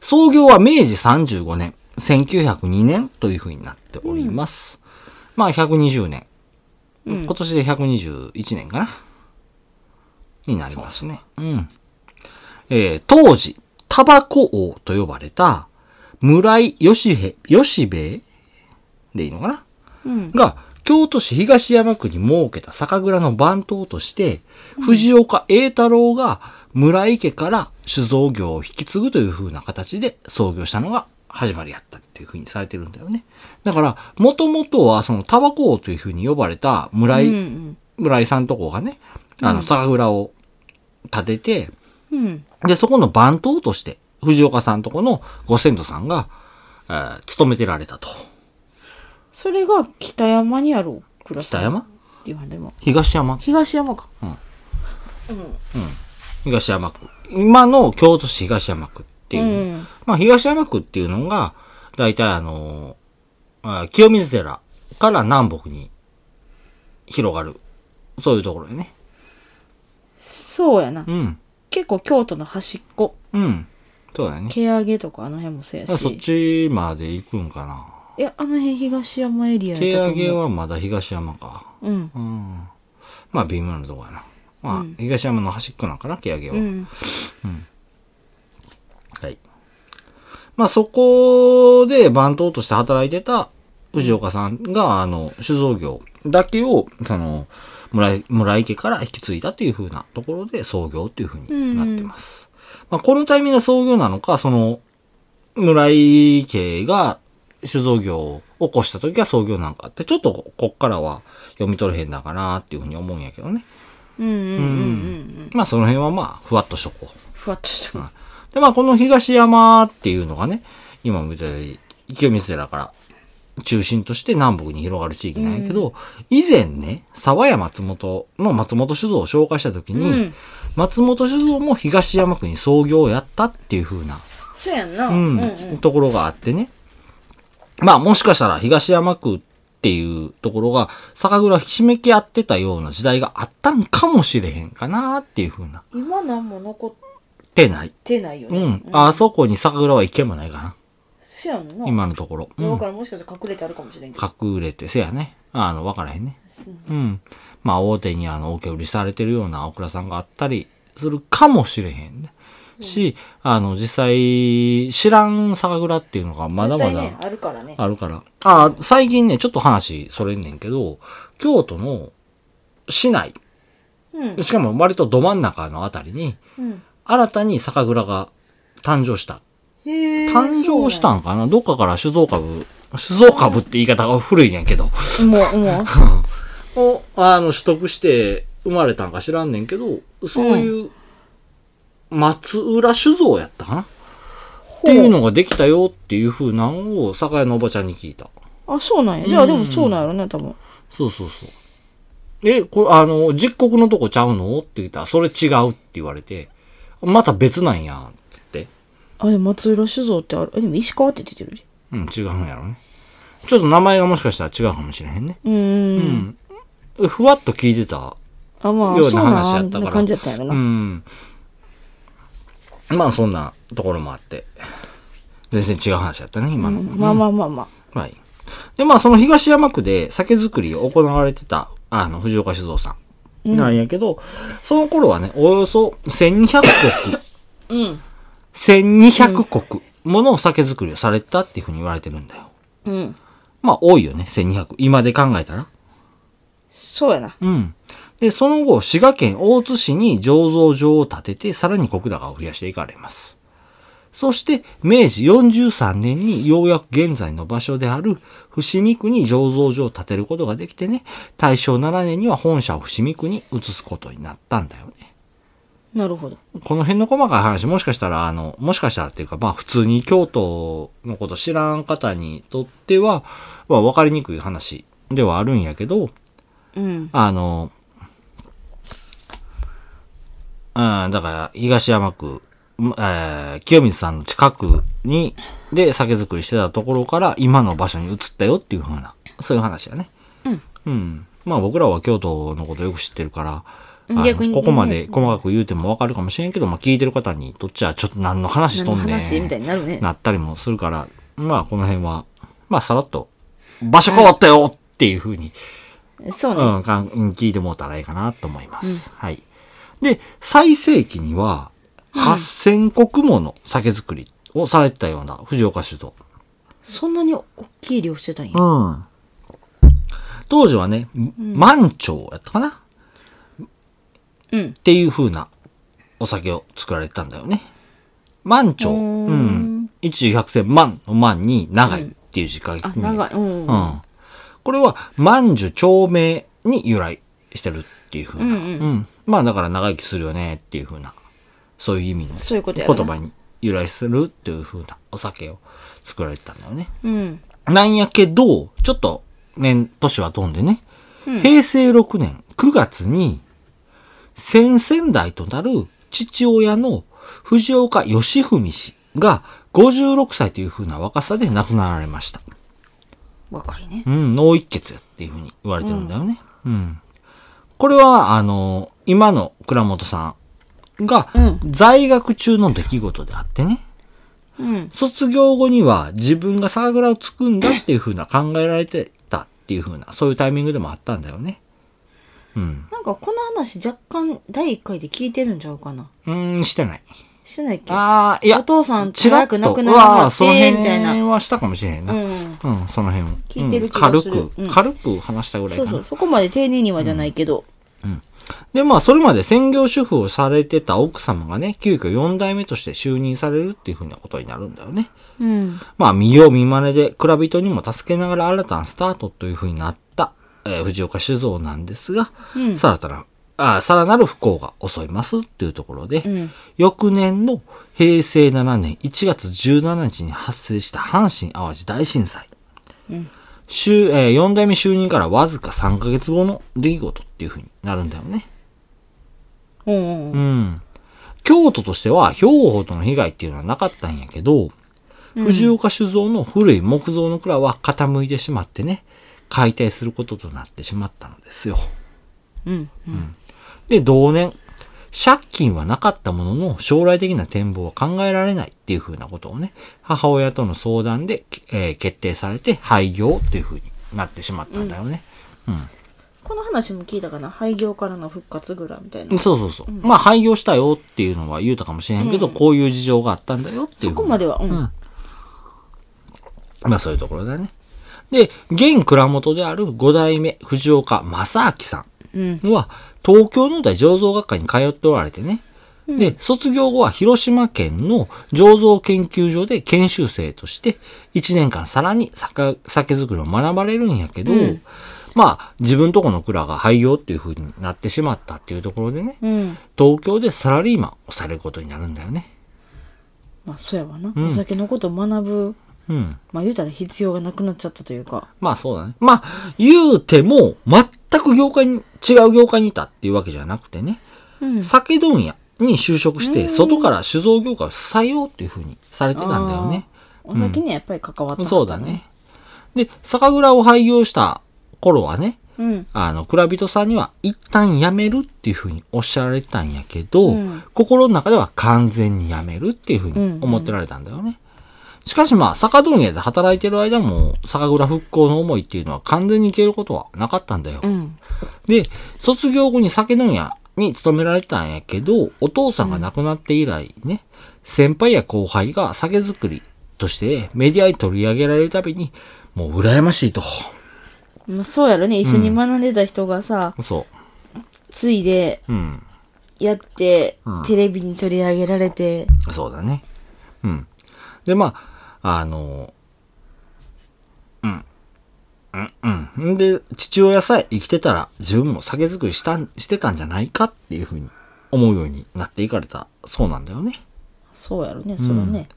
Speaker 1: 創業は明治35年、1902年というふうになっております。まあ、120年。
Speaker 2: うん
Speaker 1: 今年で121年かなになりますね。うん。えー当時、タバコ王と呼ばれた、村井義平、義兵衛でいいのかな
Speaker 2: うん。
Speaker 1: が、京都市東山区に設けた酒蔵の番頭として、藤岡栄太郎が村井家から酒造業を引き継ぐという風な形で創業したのが始まりやったっていう風にされてるんだよね。だから、もともとはそのタバコ王という風に呼ばれた村
Speaker 2: う
Speaker 1: 井、
Speaker 2: ん。
Speaker 1: 村井さんとこがね、あの、酒蔵を建てて、
Speaker 2: うん。
Speaker 1: で、そこの番頭として、藤岡さんとこのご先祖さんが、えー勤めてられたと。
Speaker 2: それが北山にあるクラス。
Speaker 1: 北山
Speaker 2: っていう話でも。
Speaker 1: 東山
Speaker 2: 東山か。
Speaker 1: 東山区。今の京都市東山区っていう。
Speaker 2: うん
Speaker 1: まあ、東山区っていうのが、だいたいあのーあ清水寺から南北に広がる。そういうところよね。
Speaker 2: そうやな
Speaker 1: う。ん。
Speaker 2: 結構京都の端っこ。
Speaker 1: うん。そうだね。
Speaker 2: 毛上げとかあの辺もそうや
Speaker 1: そっ
Speaker 2: し。
Speaker 1: ちまで行くんかな。
Speaker 2: いや、あの辺東山エリア
Speaker 1: 手
Speaker 2: やった
Speaker 1: 上
Speaker 2: と
Speaker 1: げ
Speaker 2: 思う。
Speaker 1: はまだ東山か。
Speaker 2: うん。
Speaker 1: うん。まあ、微妙なとこやな。まあ、東山の端っこなんかな、手上げは。
Speaker 2: うん。
Speaker 1: はい。まあそこで番頭として働いてた藤岡さんが、あの、酒造業だけを、その、村井、村井家から引き継いだというふうなところで創業というふうになってます。まあこのタイミングが創業なのか、その、村井家が酒造業を起こした時が創業なんかって、ちょっとこっからは読み取れへんだかなっていうふうに思うんやけどね。
Speaker 2: うんうんうんうん。
Speaker 1: まあその辺はまあ、ふわっとしとこう。
Speaker 2: ふわっとした。
Speaker 1: で、まあ、この東山っていうのがね、今も言ったように、清水寺から中心として南北に広がる地域なんやけど、以前ね、沢屋松本の松本酒造を紹介した時に、
Speaker 2: うん
Speaker 1: 松本酒造も東山区に創業をやったっていう風な、
Speaker 2: そうやんな。
Speaker 1: うんところがあってね。まあ、もしかしたら東山区っていうところが、酒蔵ひしめき合ってたような時代があったんかもしれへんかなっていう風な。
Speaker 2: 今何も残っ
Speaker 1: ってない。
Speaker 2: てないよ
Speaker 1: う
Speaker 2: ね。
Speaker 1: ん。あそこに酒蔵は一軒もないかな。
Speaker 2: そうやんな。
Speaker 1: 今のところ。うん
Speaker 2: だからもしかしたら隠れてあるかもしれんけど。
Speaker 1: 隠れて、せやね。あの、わからへんね。
Speaker 2: うん
Speaker 1: うん。まあ、大手にあの、受け売りされてるような青倉さんがあったりするかもしれへんね。し、あの、実際、知らん酒蔵っていうのがまだま
Speaker 2: 絶対ね、
Speaker 1: だ
Speaker 2: あるからね。
Speaker 1: あるから。ああ、最近ね、ちょっと話それんねんけど、京都の市内、
Speaker 2: うん。
Speaker 1: しかも割とど真ん中のあたりに、
Speaker 2: うん。
Speaker 1: 新たに酒蔵が誕生した。
Speaker 2: へえ。
Speaker 1: 誕生したんかなどっかから酒造株、酒造株って言い方が古いねんけど。
Speaker 2: そうなんや。もう、もう。
Speaker 1: を、あの、取得して生まれたんか知らんねんけど、そういう、松浦酒造やったかな、っていうのができたよっていう風なんを、酒屋のおばちゃんに聞いた。
Speaker 2: あ、そうなんや。じゃあでもそうなんやろね、多分。
Speaker 1: そうそうそう。え、これ、あの、実国のとこちゃうのって言ったら、それ違うって言われて、また別なんや、つって。
Speaker 2: あ、でも松浦酒造ってある。え、でも石川って出てるじ
Speaker 1: うん、違うんやろね。ちょっと名前がもしかしたら違うかもしれへんね。
Speaker 2: ゃん。うーん。ん、
Speaker 1: ふわっと聞いてた
Speaker 2: あ、まあ、
Speaker 1: よう
Speaker 2: そ
Speaker 1: な
Speaker 2: う
Speaker 1: 話
Speaker 2: な
Speaker 1: やっ
Speaker 2: ん
Speaker 1: た
Speaker 2: な
Speaker 1: から
Speaker 2: 感じやったんやろ
Speaker 1: う
Speaker 2: な。
Speaker 1: ん。まあそんなところもあって。全然違う話だったね、今の。
Speaker 2: まあまあまあまあ。
Speaker 1: はい。で、まあその東山区で酒造りを行われてた、あの、藤岡酒造さん。なんやけど、その頃はね、およそ1200国、 <laughs>
Speaker 2: うん。
Speaker 1: 1200国もの酒造りをされてたっていうふうに言われてるんだよ。
Speaker 2: うん。
Speaker 1: まあ多いよね、1200。今で考えたら。
Speaker 2: そうやな。
Speaker 1: うん。で、その後、滋賀県大津市に醸造場を建てて、さらに国高を増やしていかれます。そして、明治43年にようやく現在の場所である伏見区に醸造所を建てることができてね、大正7年には本社を伏見区に移すことになったんだよね。
Speaker 2: なるほど。
Speaker 1: この辺の細かい話、もしかしたら、あの、もしかしたらっていうか、まあ普通に京都のこと知らん方にとっては、まあわかりにくい話ではあるんやけど、
Speaker 2: うん。
Speaker 1: あの、うん、だから、東山区、まえー清水さんの近くに、で、酒造りしてたところから、今の場所に移ったよっていうふうな、そういう話だね。うん。まあ、僕らは京都のことよく知ってるから、あの
Speaker 2: 逆にね
Speaker 1: ここまで細かく言うてもわかるかもしれんけど、まあ、聞いてる方にとっちゃ、ちょっと何の話しと
Speaker 2: 何の
Speaker 1: んねん。
Speaker 2: 話みたいになるね。
Speaker 1: なったりもするから、まあこの辺は、まあさらっと、場所変わったよっていう風に
Speaker 2: そうね。
Speaker 1: うん、かんうん聞いてもうたらいいかなと思います。はい。で、最盛期には、8000石もの酒造りをされてたような藤岡酒造。
Speaker 2: そんなに大きい量してたんや。
Speaker 1: うん。当時はね、満潮やったかなっ
Speaker 2: うん。
Speaker 1: ていう風なお酒を作られてたんだよね。満潮。
Speaker 2: う
Speaker 1: う
Speaker 2: ーん
Speaker 1: ん。一時百千万の万に長いっていう字書き
Speaker 2: あ、
Speaker 1: に
Speaker 2: 長い。うん。
Speaker 1: う
Speaker 2: うん
Speaker 1: ん。これは、万寿長命に由来してるっていう風な。
Speaker 2: う
Speaker 1: うんん、まあだから長生きするよねっていう風な、そういう意味の
Speaker 2: そういうことやな
Speaker 1: 言葉に由来するっていう風なお酒を作られてたんだよね。
Speaker 2: うん。
Speaker 1: なんやけど、ちょっと年、年は飛んでね、平成6年9月に、先々代となる父親の藤岡義文氏が56歳という風な若さで亡くなられました。
Speaker 2: 若いね。
Speaker 1: うん、脳一血やっていうふうに言われてるんだよね。うん。これは、あの、今の倉本さんが
Speaker 2: う
Speaker 1: 在学中の出来事であってね、
Speaker 2: うん。
Speaker 1: 卒業後には自分が酒蔵を作るんだっていうふうな考えられてたっていうふうな、そういうタイミングでもあったんだよね。うん。
Speaker 2: なんかこの話若干第1回で聞いてるんちゃうかな。
Speaker 1: うーん、してない。
Speaker 2: してないっけ
Speaker 1: ああ、いや、
Speaker 2: お父さん
Speaker 1: ちら
Speaker 2: 早
Speaker 1: っと、
Speaker 2: く
Speaker 1: う
Speaker 2: 亡くな
Speaker 1: わ
Speaker 2: ら
Speaker 1: ー
Speaker 2: な
Speaker 1: そ
Speaker 2: く
Speaker 1: の
Speaker 2: て、みたい
Speaker 1: 辺
Speaker 2: な。
Speaker 1: はしたかもしれへんな。
Speaker 2: う
Speaker 1: うん、
Speaker 2: ん。
Speaker 1: その辺を。
Speaker 2: 聞いてる気が
Speaker 1: 軽
Speaker 2: する
Speaker 1: く、
Speaker 2: うん
Speaker 1: 軽く話したぐらいか
Speaker 2: そう
Speaker 1: な。
Speaker 2: そう。そこまで丁寧にはじゃないけど。
Speaker 1: で、まあ、それまで専業主婦をされてた奥様がね、急遽4代目として就任されるっていうふうなことになるんだよね。
Speaker 2: うん。
Speaker 1: まあ、見よう見真似で、蔵人にも助けながら新たなスタートというふうになった、えー藤岡酒造なんですが、
Speaker 2: うん
Speaker 1: さらたら、あーさらなる不幸が襲いますっていうところで、
Speaker 2: うん。
Speaker 1: 翌年の平成7年1月17日に発生した阪神淡路大震災。週え4代目就任からわずか3ヶ月後の出来事っていうふうになるんだよね。
Speaker 2: うんうん。
Speaker 1: うん。京都としては兵庫ほどの被害っていうのはなかったんやけど、藤岡酒造の古い木造の蔵は傾いてしまってね、解体することとなってしまったのですよ。
Speaker 2: うん。
Speaker 1: で、同年、借金はなかったものの将来的な展望は考えられないっていうふうなことをね、母親との相談で、えー決定されて廃業っていうふうになってしまったんだよね。
Speaker 2: この話も聞いたかな廃業からの復活ぐらいみたいな。
Speaker 1: そうそうそう。まあ廃業したよっていうのは言うたかもしれんけど、こういう事情があったんだよっていう
Speaker 2: そ
Speaker 1: ふう
Speaker 2: こ
Speaker 1: に。
Speaker 2: までは、うん。
Speaker 1: んまあそういうところだね。で、現蔵元である五代目藤岡正明さ
Speaker 2: うん。
Speaker 1: んは、東京農大醸造学会に通っておられてね。で、卒業後は広島県の醸造研究所で研修生として、1年間さらに酒酒造りを学ばれるんやけど、
Speaker 2: うん
Speaker 1: まあ自分とこの蔵が廃業っていう風になってしまったっていうところでね、
Speaker 2: うん。
Speaker 1: 東京でサラリーマンをされることになるんだよね。
Speaker 2: まあ、そうやわな。
Speaker 1: ん
Speaker 2: お酒のことを学ぶ、
Speaker 1: うん。
Speaker 2: まあ言うたら必要がなくなっちゃったというか。
Speaker 1: まあそうだね。まあ、言うても、全く業界に、違う業界にいたっていうわけじゃなくてね、
Speaker 2: うん。
Speaker 1: 酒問屋に就職して、外から酒造業界を支えようっていうふうにされてたんだよね。
Speaker 2: あーお酒にはやっぱり関わった、
Speaker 1: そうだ。ね。で、酒蔵を廃業した頃はね、
Speaker 2: うん。
Speaker 1: あの、蔵人さんには一旦辞めるっていうふうにおっしゃられてたんやけど、
Speaker 2: うん
Speaker 1: 心の中では完全に辞めるっていうふうに思ってられたんだよね。しかしまあ、酒問屋で働いてる間も、酒蔵復興の思いっていうのは完全に消えることはなかったんだよ。
Speaker 2: うん。
Speaker 1: で、卒業後に酒飲み屋に勤められてたんやけど、お父さんが亡くなって以来ね、先輩や後輩が酒造りとしてメディアに取り上げられるたびに、もう羨ましいと。
Speaker 2: まあ、そうやろね。一緒に学んでた人がさ、
Speaker 1: そ
Speaker 2: ついで
Speaker 1: う。うん。
Speaker 2: やって、
Speaker 1: ん
Speaker 2: テレビに取り上げられて、
Speaker 1: そうだね。うん。で、まあ、あの、うん。うん、うん。で、父親さえ生きてたら、自分も酒造りしたん、してたんじゃないかっていうふうに思うようになっていかれたそうなんだよね。
Speaker 2: そうやろね。それはね。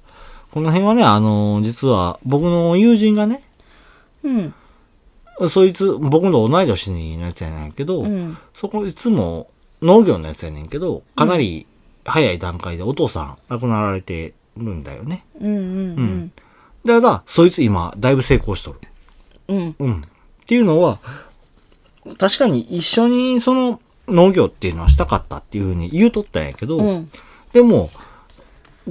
Speaker 1: この辺はね、あの、実は僕の友人がね、
Speaker 2: うん。
Speaker 1: そいつ、僕の同い年のやつやねんけど、
Speaker 2: うん
Speaker 1: そこいつも農業のやつやねんけど、かなり早い段階でお父さん亡くなられてるんだよね。
Speaker 2: うんうん
Speaker 1: だから、そいつ今、だいぶ成功しとる。
Speaker 2: うん。うん。
Speaker 1: うん。っていうのは、確かに一緒にその農業っていうのはしたかったっていうふうに言うとったんやけど、
Speaker 2: うん。
Speaker 1: でも、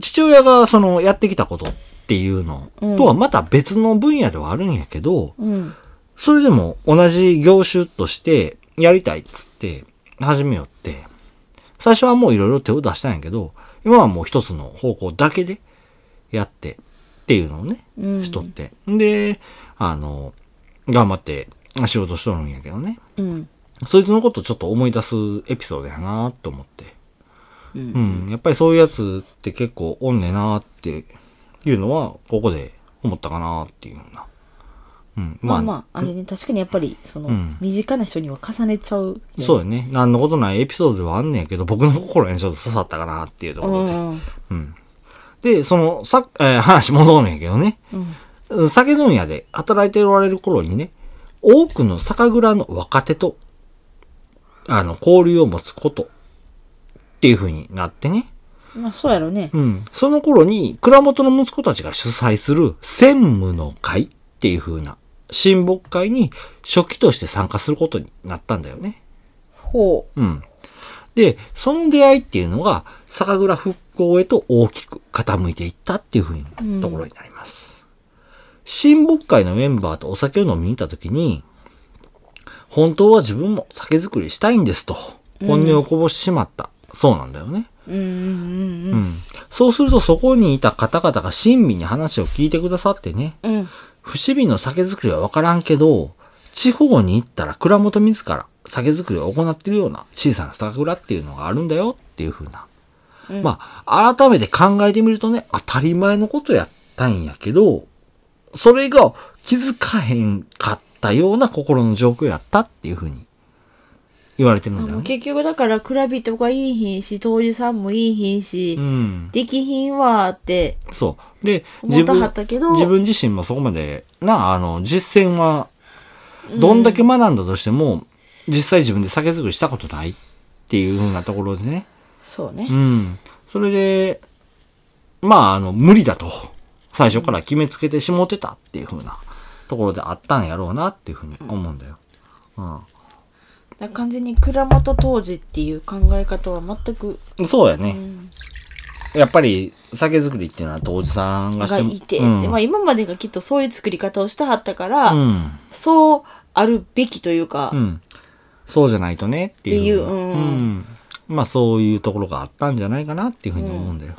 Speaker 1: 父親がそのやってきたことっていうのとはまた別の分野ではあるんやけど、
Speaker 2: うん。
Speaker 1: それでも同じ業種としてやりたいっつって始めよって、最初はもういろいろ手を出したんやけど、今はもう一つの方向だけでやってっていうのをね、
Speaker 2: うん
Speaker 1: しとって。で、あの、頑張って仕事しとるんやけどね。
Speaker 2: うん
Speaker 1: そいつのことちょっと思い出すエピソードやなと思って。
Speaker 2: う
Speaker 1: うん。やっぱりそういうやつって結構おんねんなっていうのは、ここで思ったかなっていうような。うん。
Speaker 2: まあまああれね確かにやっぱりその
Speaker 1: うん
Speaker 2: 身近な人には重ねちゃうよ
Speaker 1: そうよね。何のことないエピソードではあんねんけど、僕の心にちょっと刺さったかなっていうところで。
Speaker 2: うんうん
Speaker 1: うん。で、その、さ、えー話戻るんやけどね。
Speaker 2: うん
Speaker 1: 酒問屋で働いておられる頃にね、多くの酒蔵の若手と、あの、交流を持つこと、っていう風になってね。
Speaker 2: まあそうやろね
Speaker 1: うん。その頃に、蔵元の息子たちが主催する専務の会っていう風な、親睦会に初期として参加することになったんだよね。
Speaker 2: ほ
Speaker 1: うん。で、その出会いっていうのが、酒蔵復興へと大きく傾いていったっていうふうなところになります。親睦会のメンバーとお酒を飲みに行った時に、本当は自分も酒造りしたいんですと、本音をこぼしてしまった。そうなんだよね。
Speaker 2: ううんうん
Speaker 1: うん。そうするとそこにいた方々が親身に話を聞いてくださってね、
Speaker 2: うんうん
Speaker 1: 伏見の酒造りはわからんけど、地方に行ったら蔵元自ら酒造りを行ってるような小さな酒蔵っていうのがあるんだよっていうふうな。
Speaker 2: うん
Speaker 1: まあ、改めて考えてみるとね、当たり前のことやったんやけど、それが気づかへんかったような心の状況やったっていうふうに言われてるんだ
Speaker 2: も
Speaker 1: よ
Speaker 2: う
Speaker 1: ね。
Speaker 2: 結局だから蔵人がいいひんし当時さんもいいひんし
Speaker 1: うん。
Speaker 2: できひんわーって
Speaker 1: そう。で、
Speaker 2: 思ったはったけど
Speaker 1: 自分自身もそこまで、な、あの、実践は、どんだけ学んだとしても、実際自分で酒造りしたことないっていうふうなところでね。
Speaker 2: そうね
Speaker 1: うん。それで、まあ、あの、無理だと、最初から決めつけてしもうてたっていうふうなところであったんやろうなっていうふうに思うんだよ。う
Speaker 2: だから完全に蔵元当時っていう考え方は全く、
Speaker 1: ん。そうや
Speaker 2: う
Speaker 1: ね。
Speaker 2: ん、
Speaker 1: やっぱり、酒造りっていうのは、当時さんがし
Speaker 2: が
Speaker 1: て
Speaker 2: いて、
Speaker 1: うん
Speaker 2: でまあ、今までがきっとそういう作り方をしてはったから、
Speaker 1: うん。
Speaker 2: そうあるべきというか、
Speaker 1: うん。そうじゃないとねっていう。
Speaker 2: っていううん
Speaker 1: まあそういうところがあったんじゃないかなっていうふうに思うんだよ。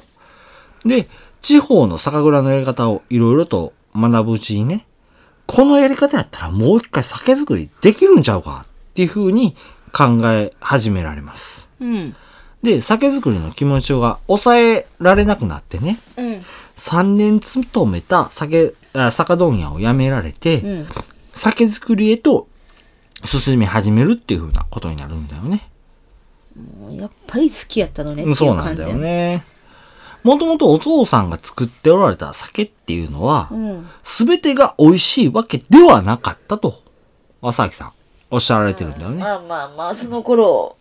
Speaker 1: で、地方の酒蔵のやり方をいろいろと学ぶうちにね、このやり方やったらもう一回酒造りできるんちゃうかっていうふうに考え始められます。
Speaker 2: うん
Speaker 1: で、酒造りの気持ちが抑えられなくなってね、
Speaker 2: うん
Speaker 1: 3年勤めた酒、あ酒問屋を辞められて、
Speaker 2: うん
Speaker 1: 酒造りへと進み始めるっていう風なことになるんだよね。
Speaker 2: もうやっぱり好きやったのねってい
Speaker 1: そう
Speaker 2: う
Speaker 1: なん
Speaker 2: 感じ
Speaker 1: だよね。もともとお父さんが作っておられた酒っていうのは
Speaker 2: う、ん
Speaker 1: すべてが美味しいわけではなかったと、朝明さん、おっしゃられてるんだよね。
Speaker 2: まあまあまあその頃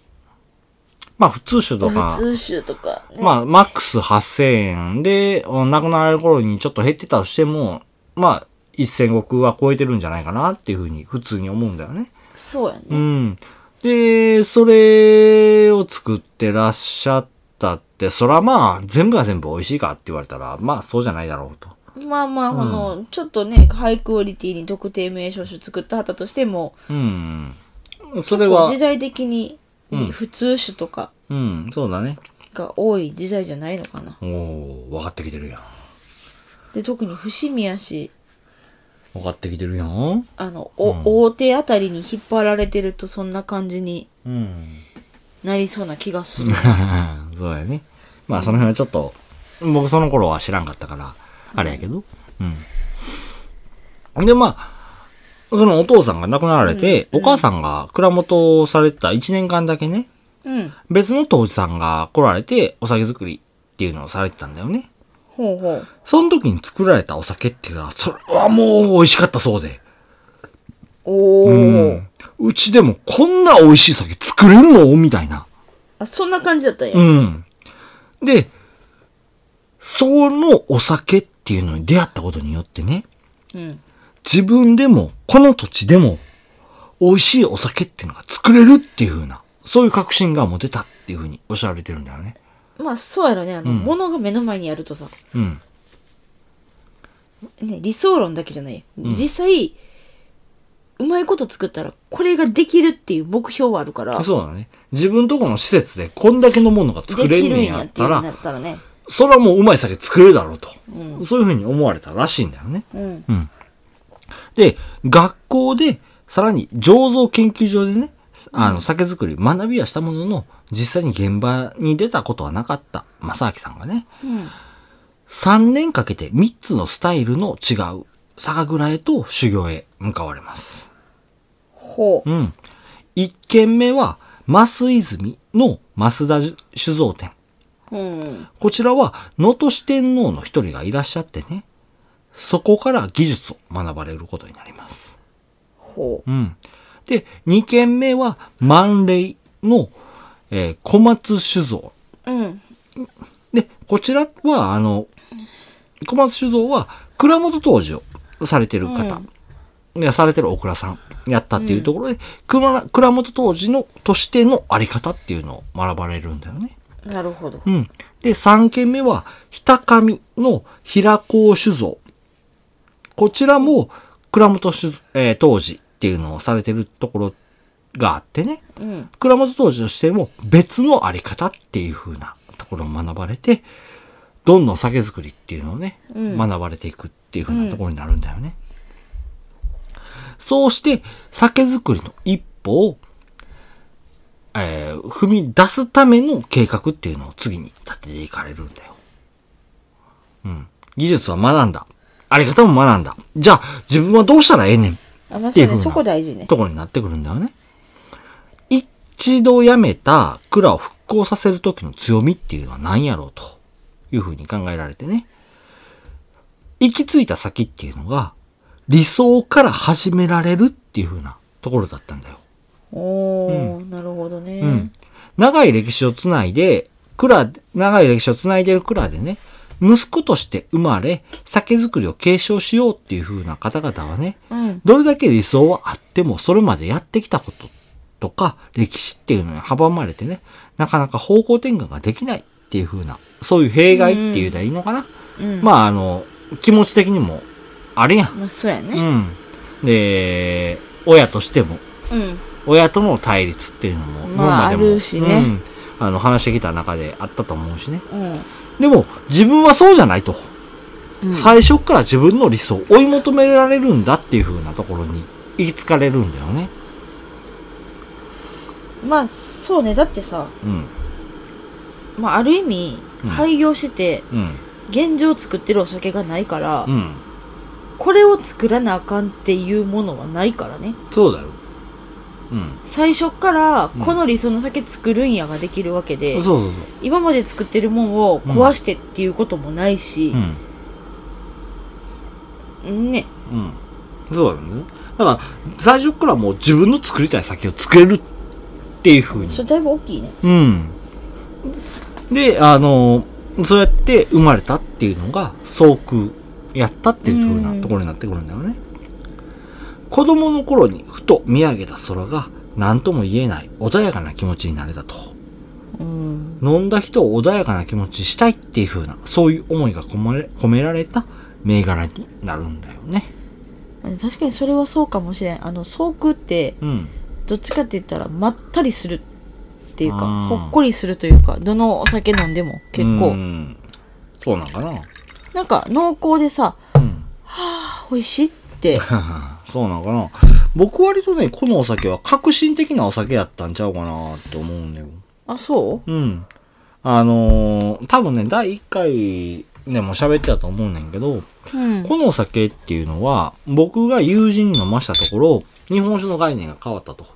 Speaker 1: まあ普通酒とか
Speaker 2: 普、通酒とか、ね、
Speaker 1: まあマックス8000円で、お亡くなられる頃にちょっと減ってたとしても、まあ1000石は超えてるんじゃないかなっていう風に普通に思うんだよね。
Speaker 2: そうやね、
Speaker 1: うん。で、それを作ってらっしゃったって、そらまあ、全部が全部美味しいかって言われたら、まあそうじゃないだろうと。
Speaker 2: まあまあ、あのちょっとねハイクオリティに特定名称酒作ったはったとしても
Speaker 1: うん。それは
Speaker 2: 時、代的に、
Speaker 1: うん
Speaker 2: 普通酒とか
Speaker 1: うん、そうだね。
Speaker 2: が多い時代じゃないのかな
Speaker 1: おお分かってきてるやん。
Speaker 2: で特に伏見やし
Speaker 1: 分かってきてるやん。
Speaker 2: あの、お大手あたりに引っ張られてるとそんな感じに
Speaker 1: うん。。
Speaker 2: なりそうな気がする
Speaker 1: そうだよね。まあその辺はちょっと、僕その頃は知らんかったから、あれやけど。うん。で、まあ、そのお父さんが亡くなられて、お母さんが蔵元をされてた1年間だけね、
Speaker 2: うん。
Speaker 1: 別の当時さんが来られてお酒作りっていうのをされてたんだよね。
Speaker 2: ほうほう。
Speaker 1: その時に作られたお酒っていうのは、それはもう美味しかったそうで。
Speaker 2: おお、
Speaker 1: うん。うちでもこんな美味しい酒作れんのみたいな。
Speaker 2: あ、そんな感じだったんや。
Speaker 1: うん。で、そのお酒っていうのに出会ったことによってね、
Speaker 2: うん。
Speaker 1: 自分でも、この土地でも、美味しいお酒っていうのが作れるっていう風な、そういう確信が持てたっていう風におっしゃられてるんだよね。
Speaker 2: まあ、そうやろね。あの、
Speaker 1: うん
Speaker 2: 物が目の前にあるとさ、
Speaker 1: うん。
Speaker 2: ね、理想論だけじゃない。実際、うまいこと作ったらこれができるっていう目標はあるから
Speaker 1: そうだね。自分とこの施設でこんだけのものが作
Speaker 2: で
Speaker 1: れ
Speaker 2: き
Speaker 1: ん
Speaker 2: る
Speaker 1: ねん
Speaker 2: ん
Speaker 1: やっ
Speaker 2: やってい
Speaker 1: た
Speaker 2: うのに
Speaker 1: ら
Speaker 2: な、ったらね
Speaker 1: それはもううまい酒作れるだろうと、そういうふうに思われたらしいんだよね。
Speaker 2: うん
Speaker 1: うん。で、学校で、さらに醸造研究所でね、あの、酒造り学びはしたものの、実際に現場に出たことはなかった、正明さんがね、
Speaker 2: うん
Speaker 1: 3年かけて3つのスタイルの違う酒蔵へと修行へ向かわれます。
Speaker 2: ほう
Speaker 1: うん。一軒目は、増泉の増田酒造店。
Speaker 2: うん
Speaker 1: こちらは、能登四天王の一人がいらっしゃってね。そこから技術を学ばれることになります。
Speaker 2: ほ
Speaker 1: うん。で、二軒目は、万礼の、えー小松酒造。
Speaker 2: ううん
Speaker 1: で、こちらは、あの、小松酒造は、蔵元当時をされてる方、いやされてるお蔵さんやったっていうところで、蔵蔵元当時の、としてのあり方っていうのを学ばれるんだよね。
Speaker 2: なるほど
Speaker 1: うん。で、3軒目は、日高見の平甲酒造。こちらも、蔵元酒、えー当時っていうのをされてるところがあってね。
Speaker 2: うん
Speaker 1: 蔵元当時としても別のあり方っていう風なところを学ばれて、どんどん酒造りっていうのをね、
Speaker 2: うん
Speaker 1: 学ばれていくっていう風なところになるんだよね。そうして、酒造りの一歩を、えー踏み出すための計画っていうのを次に立てていかれるんだよ。うん。技術は学んだ。あり方も学んだ。じゃあ、自分はどうしたらええねん
Speaker 2: あま
Speaker 1: って
Speaker 2: さ
Speaker 1: いう風
Speaker 2: に
Speaker 1: な
Speaker 2: そこ大事ね
Speaker 1: ところになってくるんだよね。一度辞めた蔵を復興させる時の強みっていうのは何やろうというふうに考えられてね。行き着いた先っていうのが理想から始められるっていうふうなところだったんだよ。
Speaker 2: おおなるほどね
Speaker 1: うん。長い歴史をつないで、蔵、長い歴史をつないでる蔵でね、息子として生まれ、酒造りを継承しようっていう風な方々はね、
Speaker 2: うん
Speaker 1: どれだけ理想はあっても、それまでやってきたこととか、歴史っていうのに阻まれてね、なかなか方向転換ができないっていう風な、そういう弊害っていうのはいいのかな。
Speaker 2: うん
Speaker 1: まあ、あの、気持ち的にも、あれやん。
Speaker 2: まあそうや
Speaker 1: う
Speaker 2: ね
Speaker 1: ん。で、親としても、
Speaker 2: うん
Speaker 1: 親との対立っていうのも、
Speaker 2: まあ
Speaker 1: 今までも
Speaker 2: あるしね
Speaker 1: うんあの、話してきた中であったと思うしね。
Speaker 2: うん
Speaker 1: でも、自分はそうじゃないと。
Speaker 2: うん
Speaker 1: 最初から自分の理想を追い求められるんだっていう風なところに行き着かれるんだよね。
Speaker 2: まあそうねだってさ
Speaker 1: うん。
Speaker 2: まあある意味
Speaker 1: うん
Speaker 2: 廃業してて
Speaker 1: うん。
Speaker 2: 現状作ってるお酒がないから
Speaker 1: うん。
Speaker 2: これを作らなあかんっていうものはないからね
Speaker 1: そうだよ。うん。
Speaker 2: 最初から
Speaker 1: うん
Speaker 2: この理想の酒作るんやができるわけで、
Speaker 1: そうそうそ
Speaker 2: 今まで作ってるもんを壊してっていうこともないし
Speaker 1: う。う、ん。
Speaker 2: ね
Speaker 1: うん。そうだよね。だから、最初からもう自分の作りたい先を作れるっていう風に
Speaker 2: それだいぶ大きいね
Speaker 1: うん。で、あの、そうやって生まれたっていうのが、総空やったっていう風なところになってくるんだよね。子供の頃にふと見上げた空が、何とも言えない穏やかな気持ちになれたと。
Speaker 2: うん
Speaker 1: 飲んだ人を穏やかな気持ちにしたいっていう風な、そういう思いが込め込められた銘柄になるんだよね。
Speaker 2: 確かにそれはそうかもしれんあの総空って
Speaker 1: うん。
Speaker 2: どっちかって言ったらまったりするっていう
Speaker 1: う
Speaker 2: か
Speaker 1: ん
Speaker 2: ほっこりするというかどのお酒飲んでも結
Speaker 1: う
Speaker 2: 構
Speaker 1: んそうなんかな。
Speaker 2: なんか濃厚でさ
Speaker 1: うん。
Speaker 2: あ美味しいって
Speaker 1: <laughs> そうなのかな僕割とね、このお酒は革新的なお酒やったんちゃうかなって思うんだよ。
Speaker 2: あそ
Speaker 1: うん。あのー多分ね、第1回ね、もう喋ってたと思うねんけど、
Speaker 2: ううん
Speaker 1: このお酒っていうのは、僕が友人に飲ましたところ、日本酒の概念が変わったと。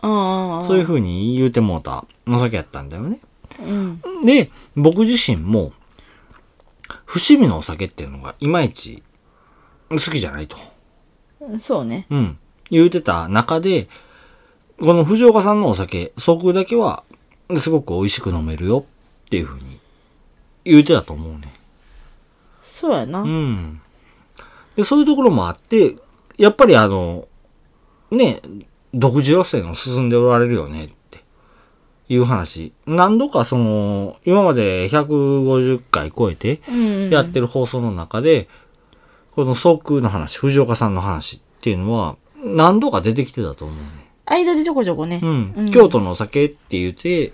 Speaker 2: ああ
Speaker 1: そういう風に言うてもうたお酒やったんだよね。
Speaker 2: うん
Speaker 1: で、僕自身も、伏見のお酒っていうのがいまいち好きじゃないと。
Speaker 2: そうね
Speaker 1: うん。言うてた中で、この藤岡さんのお酒、総空だけは、すごく美味しく飲めるよっていうふうに言うてたと思うね。
Speaker 2: そうやな
Speaker 1: うん。で、そういうところもあって、やっぱりあの、ね、独自路線を進んでおられるよねっていう話。何度かその、今まで150回超えて、
Speaker 2: うん
Speaker 1: やってる放送の中で、この総空の話、藤岡さんの話っていうのは、何度か出てきてたと思うね。
Speaker 2: 間でちょこちょこね。
Speaker 1: うん。
Speaker 2: うん
Speaker 1: 京都のお酒って言って、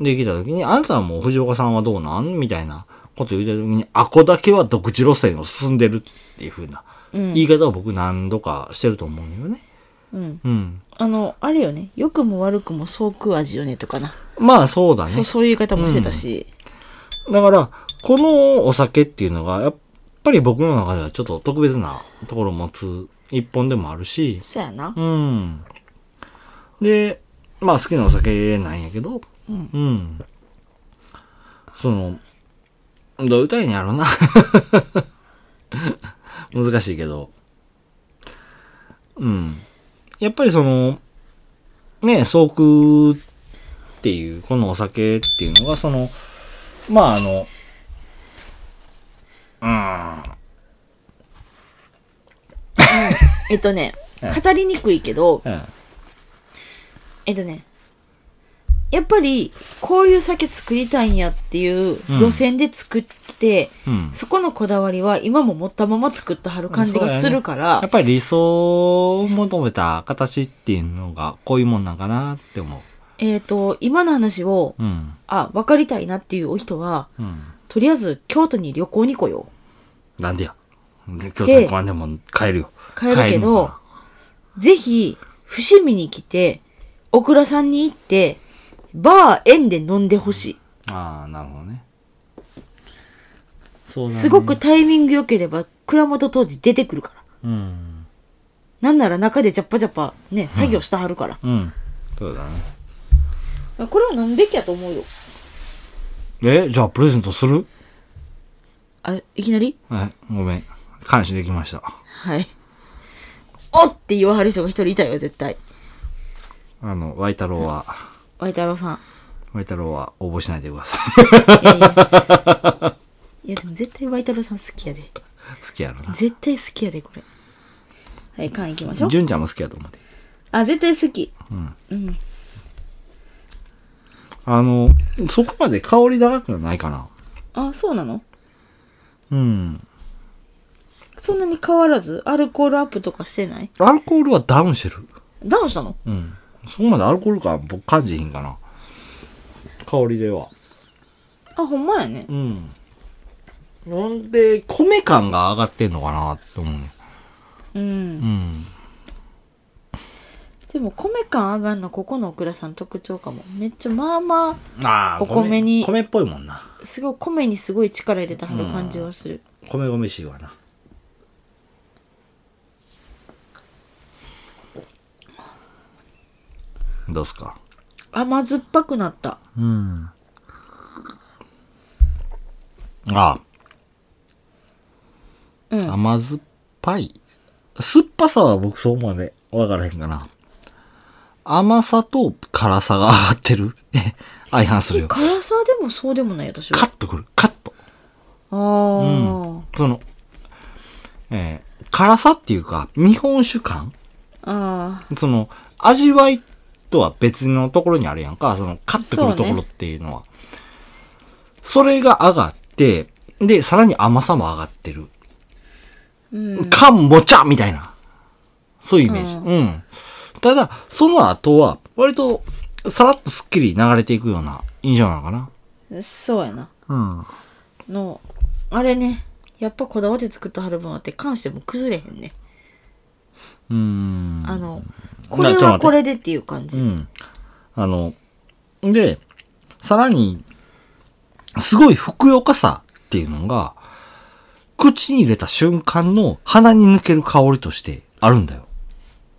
Speaker 1: できた時に、あなたはもう藤岡さんはどうなんみたいなこと言った時に、あこだけは独自路線を進んでるっていう風な
Speaker 2: うん
Speaker 1: 言い方を僕何度かしてると思うんだよね。
Speaker 2: うん。
Speaker 1: うん。
Speaker 2: あの、あれよね。良くも悪くもそう食う味よねとかな。
Speaker 1: まあそうだね。
Speaker 2: そう、そういう言い方もしてたし。
Speaker 1: だから、このお酒っていうのが、やっぱり僕の中ではちょっと特別なところを持つ一本でもあるし、
Speaker 2: そうやな。
Speaker 1: うん。で、まあ好きなお酒なんやけど、
Speaker 2: うん。
Speaker 1: うん。その、どう歌いにやろうな。 <laughs> 難しいけど。うん。やっぱりその、ね、総空っていう、このお酒っていうのが、その、まああの、
Speaker 2: えっとね、
Speaker 1: うん
Speaker 2: 語りにくいけど、
Speaker 1: うん。
Speaker 2: えっとね、やっぱり、こういう酒作りたいんやってい
Speaker 1: う
Speaker 2: う
Speaker 1: ん
Speaker 2: 路線で作って、
Speaker 1: うん。
Speaker 2: そこのこだわりは今も持ったまま作ってはる感じがするから、
Speaker 1: やっぱり理想を求めた形っていうのが、こういうもんなんかなって思
Speaker 2: えっ、と、今の話を、
Speaker 1: う。うん。
Speaker 2: あ、分かりたいなっていうお人は、
Speaker 1: うん。
Speaker 2: とりあえず京都に旅行に来よ
Speaker 1: なんでや。京都に来んでも帰るよ。
Speaker 2: 帰るけど
Speaker 1: 帰か
Speaker 2: う。ぜひ、伏見に来て、オクラさんに行って、バー園で飲んでほし
Speaker 1: な。ああ、なるほどね。そうだ
Speaker 2: い。
Speaker 1: ね
Speaker 2: すごく。タイミング良ければ、蔵元当時出てくるから。
Speaker 1: うん。
Speaker 2: なんなら中でジャッパジャッパね、作業したはるから。
Speaker 1: うん。そうだね。
Speaker 2: これは飲むべきやと思うよ。
Speaker 1: え、じゃあプレゼントする
Speaker 2: あれ、いきなり
Speaker 1: はい、ごめん。監視できました。
Speaker 2: はい。おって言わはる人が一人いたよ、絶対。
Speaker 1: あの、ワイ太郎は、
Speaker 2: ワイタロさん。
Speaker 1: ワイ太郎は応募しないでください。 <laughs>
Speaker 2: い <laughs> やいや。いや、でも絶対ワイタロさん好きやで。
Speaker 1: 好きやろな。
Speaker 2: 絶対好きやで、これ。はい、缶行きましょう。
Speaker 1: 純ちゃんも好きやと思うで。
Speaker 2: あ、絶対好き。
Speaker 1: あの、そこまで香り高くはないかな。
Speaker 2: あ、そうなの
Speaker 1: うん。
Speaker 2: そんなに変わらずアルコールアップとかしてない
Speaker 1: アルコールはダウンしてる。
Speaker 2: ダウンしたの
Speaker 1: うん。そこまでアルコール感僕感じひんかな。香りでは。
Speaker 2: あ、ほんまやね。
Speaker 1: うん。なんで、米感が上がってんのかなって思うね。
Speaker 2: うん。
Speaker 1: うん。
Speaker 2: でも、米感上がんのここのオクラさんの特徴かも。めっちゃ、まあま
Speaker 1: ああ、
Speaker 2: お米に
Speaker 1: 米っぽいもんな。
Speaker 2: あ、すごい、米にすごい力入れてはる感じがする。
Speaker 1: 米米しいわな。どうっすか
Speaker 2: 甘酸っぱくなった。
Speaker 1: うん。ああ。
Speaker 2: うん
Speaker 1: 甘酸っぱい。酸っぱさは僕そうまでわからへんかな。甘さと辛さが上がってる。 <laughs> 相反するよ。カ
Speaker 2: 辛さでもそうでもない、私は。
Speaker 1: ッとくる。カッと。
Speaker 2: あー。
Speaker 1: その、えー辛さっていうか、日本酒感
Speaker 2: あ
Speaker 1: その、味わいとは別のところにあるやんか、その、カッてくるところっていうのは。そ,、れが上がって、で、さらに甘さも上がってる。
Speaker 2: ー。うん。
Speaker 1: かんぼちゃみたいな。そういうイメージ。
Speaker 2: う
Speaker 1: うん。ただ、その後は、割と、さらっとすっきり流れていくような印象なのかな。
Speaker 2: そうやな。
Speaker 1: うん。
Speaker 2: の、あれね。やっぱこだわって作った春分って関しても崩れへんね。
Speaker 1: うーん。
Speaker 2: あの、これはこれでっていう感じ。
Speaker 1: うん。あの、で、さらに、すごいふくよかさっていうのが、口に入れた瞬間の鼻に抜ける香りとしてあるんだよ。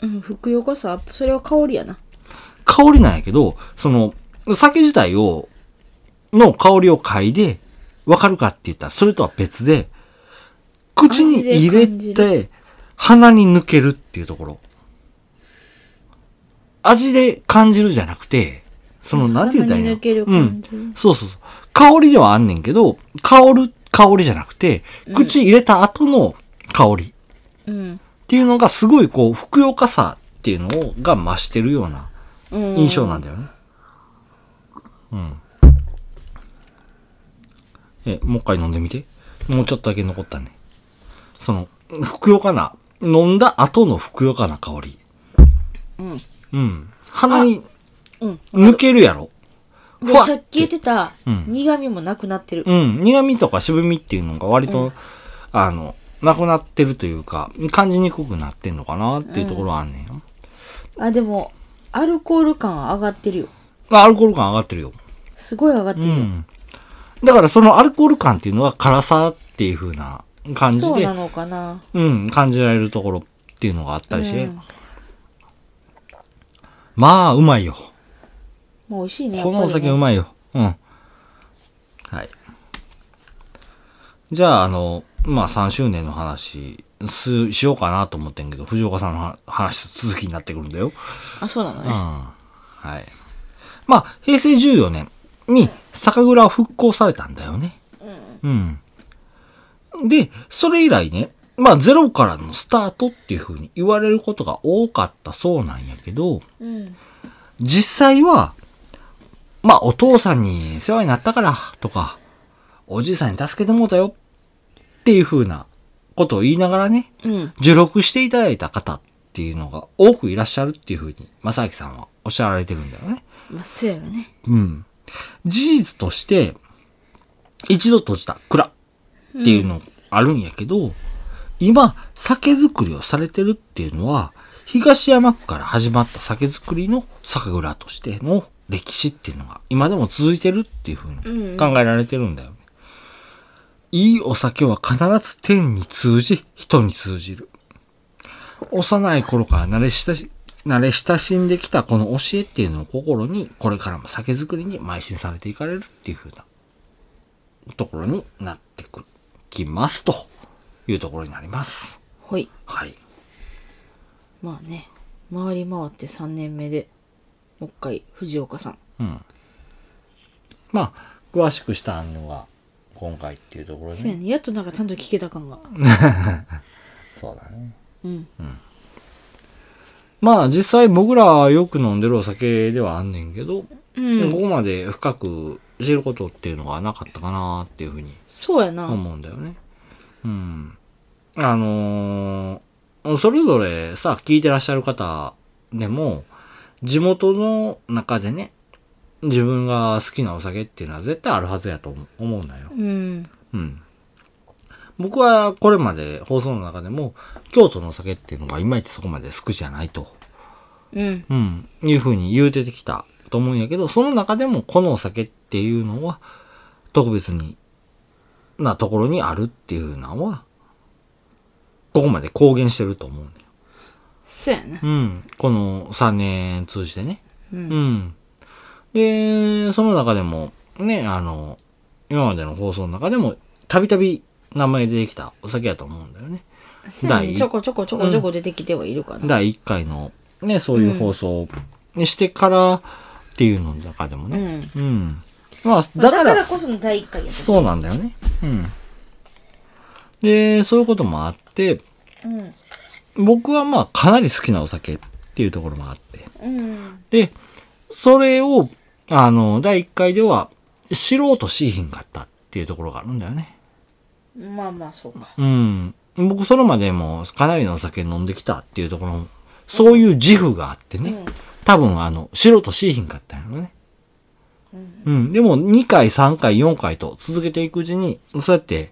Speaker 2: うん、ふくよかさアップ、それは香りやな。
Speaker 1: 香りなんやけど、その、酒自体を、の香りを嗅いで、わかるかって言ったら、それとは別で、口に入れ
Speaker 2: 味で感
Speaker 1: て、鼻に抜けるっていうところ。味で感じるじゃなくて、その、なんて言ったらいいの
Speaker 2: 鼻に抜ける
Speaker 1: う
Speaker 2: 感
Speaker 1: ん
Speaker 2: じ。
Speaker 1: そうそうそう。香りではあんねんけど、香る、香りじゃなくて、口入れた後の香り。
Speaker 2: うん。
Speaker 1: っていうのがすごいこう、ふくよかさっていうのをが増してるような印象なんだよね。うん。え、もう一回飲んでみて。もうちょっとだけ残ったね。その、ふくよかな、飲んだ後のふくよかな香り。
Speaker 2: うん。
Speaker 1: うん。鼻に
Speaker 2: うん。
Speaker 1: 抜けるやろ。
Speaker 2: で
Speaker 1: ふわっ
Speaker 2: さっき言ってた
Speaker 1: うん
Speaker 2: 苦味もなくなってる。
Speaker 1: うん。苦味とか渋みっていうのが割と、あの、なくなってるというか、感じにくくなってんのかなっていうところはあんねんよ。
Speaker 2: あ、でも、アルコール感上がってるよ。
Speaker 1: まあアルコール感上がってるよ。
Speaker 2: すごい上がって
Speaker 1: う
Speaker 2: るよ。
Speaker 1: ん。だからそのアルコール感っていうのは辛さっていう風な感じ
Speaker 2: そう
Speaker 1: で
Speaker 2: な、のかな。
Speaker 1: うん、感じられるところっていうのがあったりして。
Speaker 2: うん
Speaker 1: まあ、うまいよ。
Speaker 2: もう美味しいね。
Speaker 1: このお酒う
Speaker 2: い。
Speaker 1: まいよ。うん。はい。じゃあ、あの、まあ、3周年の話す、しようかなと思ってんけど、藤岡さんのは話と続きになってくるんだよ。
Speaker 2: あ、そうなの
Speaker 1: うん。
Speaker 2: ね。
Speaker 1: はい。まあ、平成14年に酒蔵を復興されたんだよね。うん。で、それ以来ね、まあ、ゼロからのスタートっていう風に言われることが多かったそうなんやけど、
Speaker 2: うん。
Speaker 1: 実際は、まあ、お父さんに世話になったから、とか、おじいさんに助けてもうたよ、っていう風なことを言いながらね、
Speaker 2: うん。
Speaker 1: 受録していただいた方っていうのが多くいらっしゃるっていう風に、正明さんはおっしゃられてるんだよね。
Speaker 2: まあ、そうやろね。
Speaker 1: うん。事実として、一度閉じた蔵っていうのあるんやけど、今、酒造りをされてるっていうのは、東山区から始まった酒造りの酒蔵としての歴史っていうのが今でも続いてるっていうふうに考えられてるんだよね。いいお酒は必ず天に通じ、人に通じる。幼い頃から慣れ親し、慣れ親しんできたこの教えっていうのを心に、これからも酒造りに邁進されていかれるっていう風なところになってくる、きますというところになります。
Speaker 2: ほい。
Speaker 1: はい。
Speaker 2: まあね。回り回って3年目で、もう一回、藤岡さん。
Speaker 1: うん。まあ、詳しくしたのが今回っていうところ
Speaker 2: そうや
Speaker 1: ね。
Speaker 2: ね。やっとなんかちゃんと聞けた感が。
Speaker 1: そうだね。
Speaker 2: うん。
Speaker 1: まあ実際僕らはよく飲んでるお酒ではあんねんけど、
Speaker 2: うん
Speaker 1: ここまで深く知ることっていうのがなかったかなっていうふうに
Speaker 2: そうやな。
Speaker 1: 思うんだよね。うん。あのーそれぞれさ、聞いてらっしゃる方でも、地元の中でね、自分が好きなお酒っていうのは絶対あるはずやと思う思うんだよ。
Speaker 2: うん。
Speaker 1: うん。僕はこれまで放送の中でも、京都のお酒っていうのがいまいちそこまで好きじゃないと。
Speaker 2: うん。
Speaker 1: うん、いうふうに言うててきたと思うんやけど、その中でもこのお酒っていうのは、特別に、なところにあるっていうのは、ここまで公言してると思うんだよ。
Speaker 2: そうやな。
Speaker 1: うん。この3年通じてね。
Speaker 2: う。
Speaker 1: うんん。で、その中でも、ね、あの、今までの放送の中でも、たびたび名前出てきたお酒やと思うんだよね。
Speaker 2: そうやね。
Speaker 1: 第
Speaker 2: ちょこちょこちょこちょこ出てきてはいるかな。
Speaker 1: 第1回の、ね、そういう放送にしてからっていうのの中でもね、
Speaker 2: うん。
Speaker 1: うん。まあ、
Speaker 2: まあ
Speaker 1: だ
Speaker 2: だ
Speaker 1: か、
Speaker 2: かららこその第一回やったし
Speaker 1: そうなんだよね。うん。で、そういうこともあって、
Speaker 2: うん。
Speaker 1: 僕はまあ、かなり好きなお酒っていうところもあって。
Speaker 2: うん。
Speaker 1: で、それを、あの、第1回では、知ろうとしひんかったっていうところがあるんだよね。
Speaker 2: まあまあ、そうか。
Speaker 1: うん。僕、それまでも、かなりのお酒飲んできたっていうところも、そういう自負があってね。
Speaker 2: うん
Speaker 1: 多分、あの、知ろうとしひんかったんやろね。うん。でも、2回、3回、4回と続けていくうちに、そうやって、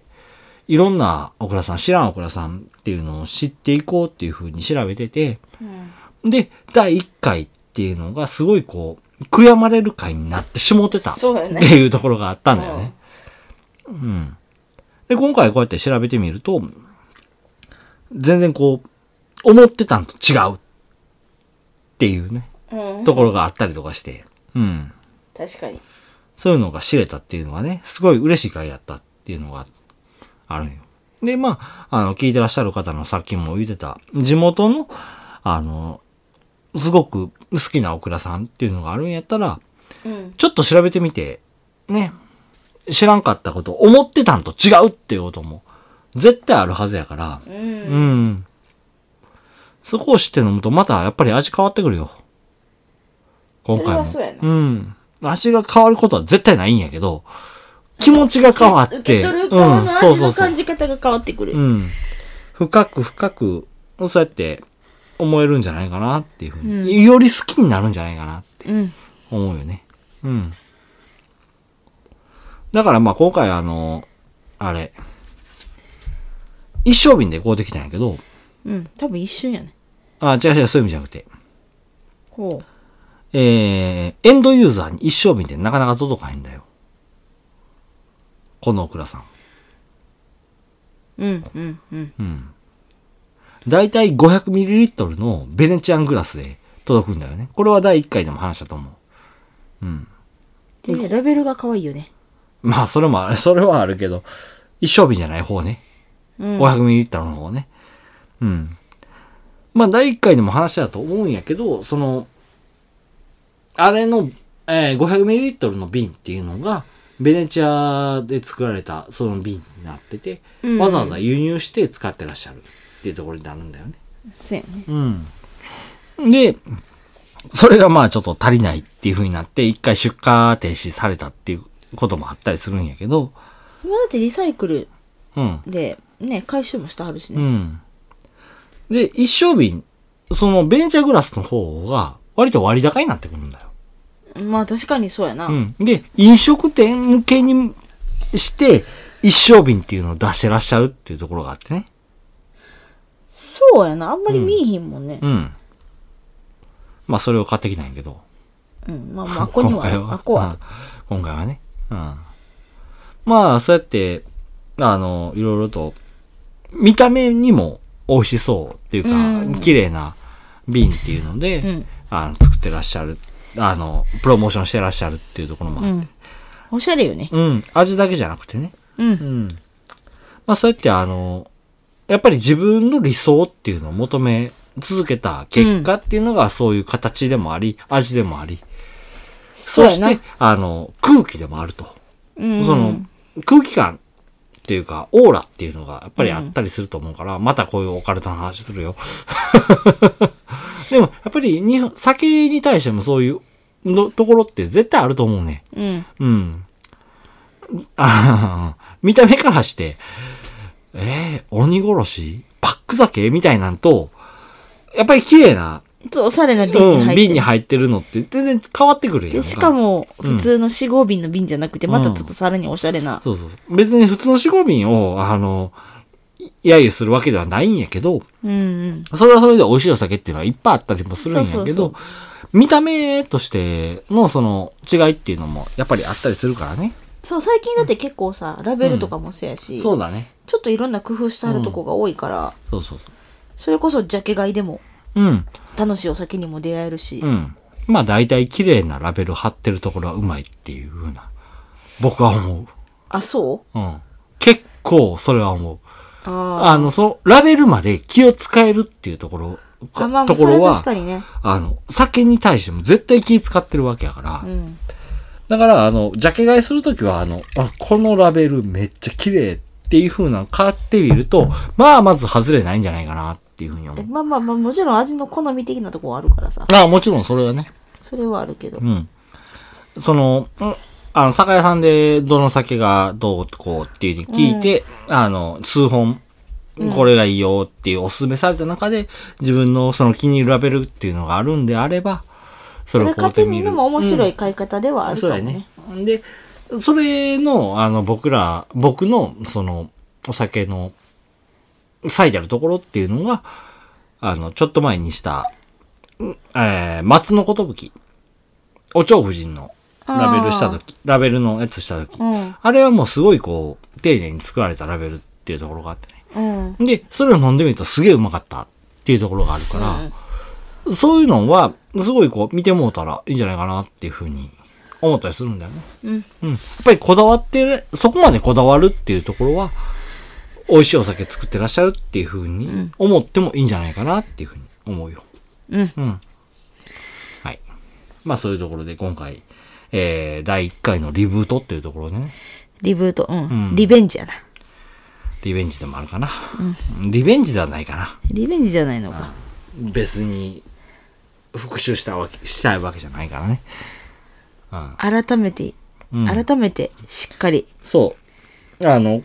Speaker 1: いろんなオクラさん、知らんオクラさんっていうのを知っていこうっていう風に調べてて、
Speaker 2: うん。
Speaker 1: で、第1回っていうのがすごいこう、悔やまれる回になってしもうてた。
Speaker 2: そうよね
Speaker 1: っていうところがあったんだよね。うん。で、今回こうやって調べてみると、全然こう、思ってたんと違う。っていうね、
Speaker 2: うん。
Speaker 1: ところがあったりとかして、うん。
Speaker 2: 確かに。
Speaker 1: そういうのが知れたっていうのはね、すごい嬉しい回やったっていうのがあるんよ。で、まあ、あの、聞いてらっしゃる方のさっきも言ってた、地元の、あの、すごく好きなオクラさんっていうのがあるんやったら、
Speaker 2: うん。
Speaker 1: ちょっと調べてみて、ね、知らんかったこと、思ってたんと違うっていうことも、絶対あるはずやから、
Speaker 2: う。
Speaker 1: うんん。そこを知って飲むと、またやっぱり味変わってくるよ。今回も。
Speaker 2: それはそうやな
Speaker 1: うん。味が変わることは絶対ないんやけど、気持ちが変わって。
Speaker 2: 受け取る側の
Speaker 1: うん、
Speaker 2: 味
Speaker 1: そう
Speaker 2: の
Speaker 1: そうそう
Speaker 2: 感。じ方が変わってく
Speaker 1: う
Speaker 2: る。
Speaker 1: ん。深く深く、そうやって、思えるんじゃないかなっていうふうに、
Speaker 2: う
Speaker 1: より好きになるんじゃないかなって
Speaker 2: うん。
Speaker 1: 思うよね。うん。だからまあ今回あの、あれ、一升瓶でこうできたんやけど、
Speaker 2: うん。多分一瞬やね。
Speaker 1: あ、違う違う、そういう意味じゃなくて、
Speaker 2: ほ
Speaker 1: えー、エンドユーザーに一升瓶ってなかなか届かへんだよ。このオクラさん。
Speaker 2: う。うんうんうん。
Speaker 1: だいたい 500ml のベネチアングラスで届くんだよね。これは第1回でも話したと思う。
Speaker 2: で、ラベルが可愛いよね。
Speaker 1: まあ、それもある、それはあるけど、一升瓶じゃない方ね。
Speaker 2: うん
Speaker 1: 500ミリリットルの方ね。うん。まあ、第1回でも話したと思うんやけど、その、あれの、えー、500ミリリットルの瓶っていうのが、ベネチアで作られたその瓶になってて、
Speaker 2: うん
Speaker 1: わざわざ輸入して使ってらっしゃるっていうところになるんだよね。
Speaker 2: そうやね。
Speaker 1: うん。で、それがまあちょっと足りないっていう風になって、一回出荷停止されたっていうこともあったりするんやけど、
Speaker 2: 今だってリサイクル
Speaker 1: うん。
Speaker 2: で、ね、回収もしてはるし
Speaker 1: う
Speaker 2: ね。
Speaker 1: ん。で、一升瓶、そのベンチャーグラスの方が、割と割高になってくるんだよ。
Speaker 2: まあ確かにそうやな。
Speaker 1: うん。で、飲食店向けにして、一升瓶っていうのを出してらっしゃるっていうところがあってね。
Speaker 2: そうやな。あんまり見えひんもんね
Speaker 1: う。ん。まあ、それを買ってきたんやけど。
Speaker 2: うん。まあまあ、あっこにはある。あっこはある。
Speaker 1: うん今回はね。うん。まあ、そうやって、あの、いろいろと、見た目にも美味しそうっていうか、
Speaker 2: うん
Speaker 1: 綺麗な瓶っていうので、
Speaker 2: うん
Speaker 1: あの作ってらっしゃる、あの、プロモーションしてらっしゃるっていうところもあ
Speaker 2: う
Speaker 1: っ
Speaker 2: ん。おしゃれよね
Speaker 1: て。。うん、味だけじゃなくてね。
Speaker 2: うん
Speaker 1: う。ん。まあ、そうやって、あの、やっぱり自分の理想っていうのを求め続けた結果っていうのが、そういう形でもあり、味でもあり、
Speaker 2: そ
Speaker 1: そう
Speaker 2: や
Speaker 1: し
Speaker 2: な。
Speaker 1: て、あの、空気でもあると。
Speaker 2: うん。
Speaker 1: その、空気感っていうか、オーラっていうのがやっぱりあったりすると思うから、またこういうオカルトの話するよ。 <laughs> でも、やっぱりに、酒に対してもそういうのところって絶対あると思うね。
Speaker 2: うん。
Speaker 1: うん。あー見た目からして、えー、鬼殺しパック酒みたいなんと、やっぱり綺麗な、
Speaker 2: そう、おしゃれな瓶に
Speaker 1: う
Speaker 2: 入
Speaker 1: ん、
Speaker 2: ってる
Speaker 1: 瓶に入ってるのって全然変わってくるやん
Speaker 2: で、しかも、普通の四合瓶の瓶じゃなくて、またちょっとさらにおしゃれな。
Speaker 1: そうそうそう。別に普通の四合瓶を、あの、い揶揄するわけではないんやけど、
Speaker 2: うんうん。
Speaker 1: それはそれで美味しいお酒っていうのはいっぱいあったりもするんやけど、
Speaker 2: そうそうそう
Speaker 1: 見た目としてのその違いっていうのもやっぱりあったりするからね。
Speaker 2: そう、最近だって結構さ、ラベルとかもそうやし、
Speaker 1: そうだね。
Speaker 2: ちょっといろんな工夫してあるとこが多いから、
Speaker 1: そうそうそ
Speaker 2: それこそジャケ買いでも、
Speaker 1: う。うん。
Speaker 2: 楽しいお酒にも出会えるし、
Speaker 1: うん。まあ大体綺麗なラベル貼ってるところはうまいっていうふうな、僕は思
Speaker 2: あ、そう
Speaker 1: う。うん。結構それは思う。
Speaker 2: あ
Speaker 1: あの、その、ラベルまで気を使えるっていうところ、
Speaker 2: あ。あ、まあ、
Speaker 1: とこ
Speaker 2: それ
Speaker 1: ろ
Speaker 2: は
Speaker 1: は
Speaker 2: 確、かにね。
Speaker 1: あの、酒に対しても絶対気使ってるわけやから。
Speaker 2: うん。
Speaker 1: だから、あの、ジャケ買いするときは、あの、あ、このラベルめっちゃ綺麗っていう風なの買ってみると、まあ、まず外れないんじゃないかなっていう風に思
Speaker 2: で
Speaker 1: う。
Speaker 2: まあまあまあ、もちろん味の好み的なとこはあるからさ、
Speaker 1: まあ、もちろんそれはね。
Speaker 2: それはあるけど。
Speaker 1: うん。その、うんあの、酒屋さんでどの酒がどうこうっていうふうに聞いて、あの、数本、これがいいよっていうおすすめされた中で、自分のその気に入るラベルっていうのがあるんであれば、そ
Speaker 2: そ
Speaker 1: れを
Speaker 2: れ
Speaker 1: 買
Speaker 2: 買
Speaker 1: っ
Speaker 2: ってて
Speaker 1: み
Speaker 2: み
Speaker 1: る。
Speaker 2: るのも面白い買い方ではあるか
Speaker 1: そう
Speaker 2: も
Speaker 1: や
Speaker 2: ね
Speaker 1: ね。。で、それの、あの、僕ら、僕の、その、お酒の、最たるところっていうのが、あの、ちょっと前にした、うんえー、松のことぶき。お蝶夫人のラベルしたとき、ラベルのやつしたとき。
Speaker 2: うん。
Speaker 1: あれはもうすごいこう、丁寧に作られたラベルっていうところがあってね。
Speaker 2: うん。
Speaker 1: で、それを飲んでみるとすげえうまかったっていうところがあるから、そういうのは、すごいこう、見てもうたらいいんじゃないかなっていうふうに思ったりするんだよね。
Speaker 2: うん。
Speaker 1: うん。やっぱりこだわってる、そこまでこだわるっていうところは、美味しいお酒作ってらっしゃるっていうふうに思ってもいいんじゃないかなっていうふうに思うよ。
Speaker 2: うん。
Speaker 1: うん。はい。まあそういうところで今回、えー、第1回のリブートっていうところでね、
Speaker 2: リブート、うん。
Speaker 1: うん
Speaker 2: リベンジやな。
Speaker 1: リベンジでもあるかな。リベンジではないかな。
Speaker 2: リベンジじゃないのか。
Speaker 1: 別に、復讐したわけ、したいわけじゃないからね。
Speaker 2: 改めて、
Speaker 1: うん
Speaker 2: 改めて、しっかり。
Speaker 1: そう。あの、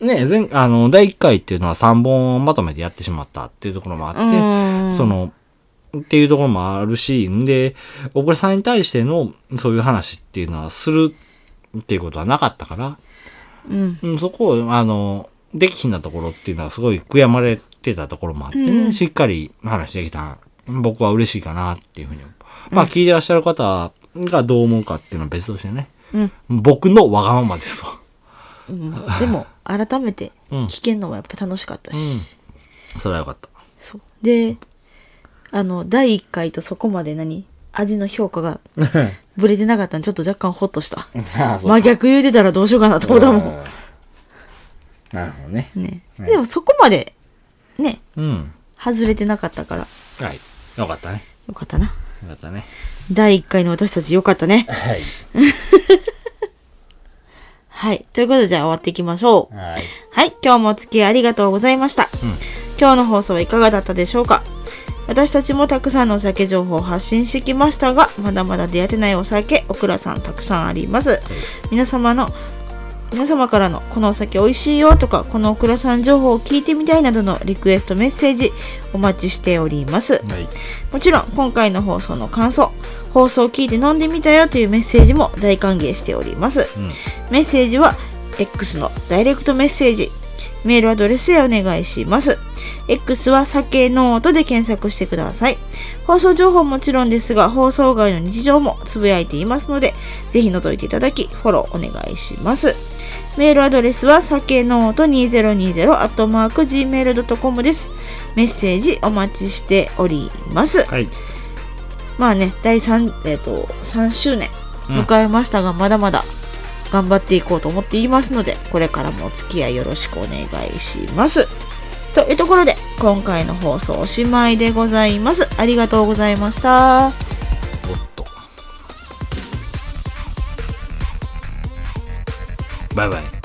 Speaker 1: ね、前、あの、第1回っていうのは3本まとめてやってしまったっていうところもあって、
Speaker 2: うん
Speaker 1: その、っていうところもあるし、んで、小倉さんに対してのそういう話っていうのはするっていうことはなかったから、
Speaker 2: うん
Speaker 1: うんそこを、あの、できひんなところっていうのはすごい悔やまれてたところもあってね、
Speaker 2: うん
Speaker 1: しっかり話できた、僕は嬉しいかなっていうふうに思う。まあ、聞いてらっしゃる方がどう思うかっていうのは別としてね、
Speaker 2: うん
Speaker 1: 僕のわがままですわ。 <laughs>
Speaker 2: うん、でも改めて
Speaker 1: うん
Speaker 2: 聞けるのもやっぱ楽しかったし、
Speaker 1: それはよか <laughs> った。
Speaker 2: そうであの第1回とそこまで何味の評価がぶれてなかったんでちょっと若干ホッとした真逆言うてたらどうしようかなと思ったも
Speaker 1: なるほどね。
Speaker 2: ん、ね、
Speaker 1: うん
Speaker 2: でもそこまでね
Speaker 1: うん。
Speaker 2: 外れてなかったから
Speaker 1: はい。よかったね。
Speaker 2: よかったな
Speaker 1: よかったね。
Speaker 2: 第1回の私たちよかったね
Speaker 1: はい。
Speaker 2: はいということでじゃあ終わっていきましょう
Speaker 1: はい。
Speaker 2: はい、今日もお付き合いありがとうございました。今日の放送はいかがだったでしょうか私たちもたくさんのお酒情報を発信してきましたが、まだまだ出会ってないお酒、オクラさんたくさんあります。皆様の皆様からのこのお酒美味しいよとかこのオクラさん情報を聞いてみたいなどのリクエストメッセージお待ちしております
Speaker 1: はい。
Speaker 2: もちろん今回の放送の感想放送を聞いて飲んでみたよというメッセージも大歓迎しております、
Speaker 1: うん。
Speaker 2: メッセージは X のダイレクトメッセージ、メールアドレスへお願いします。X は酒ノートで検索してください。放送情報もちろんですが、放送外の日常もつぶやいていますので、ぜひ覗いていただき、フォローお願いします。メールアドレスは、酒ノート 2020-gmail.com です。メッセージお待ちしております。
Speaker 1: はい。
Speaker 2: まあね、第3、えっ、と、3周年
Speaker 1: うん
Speaker 2: 迎えましたが、まだまだ頑張っていこうと思っていますので、これからもお付き合いよろしくお願いします。というところで、今回の放送おしまいでございます。ありがとうございました。
Speaker 1: おっと。バイバイ。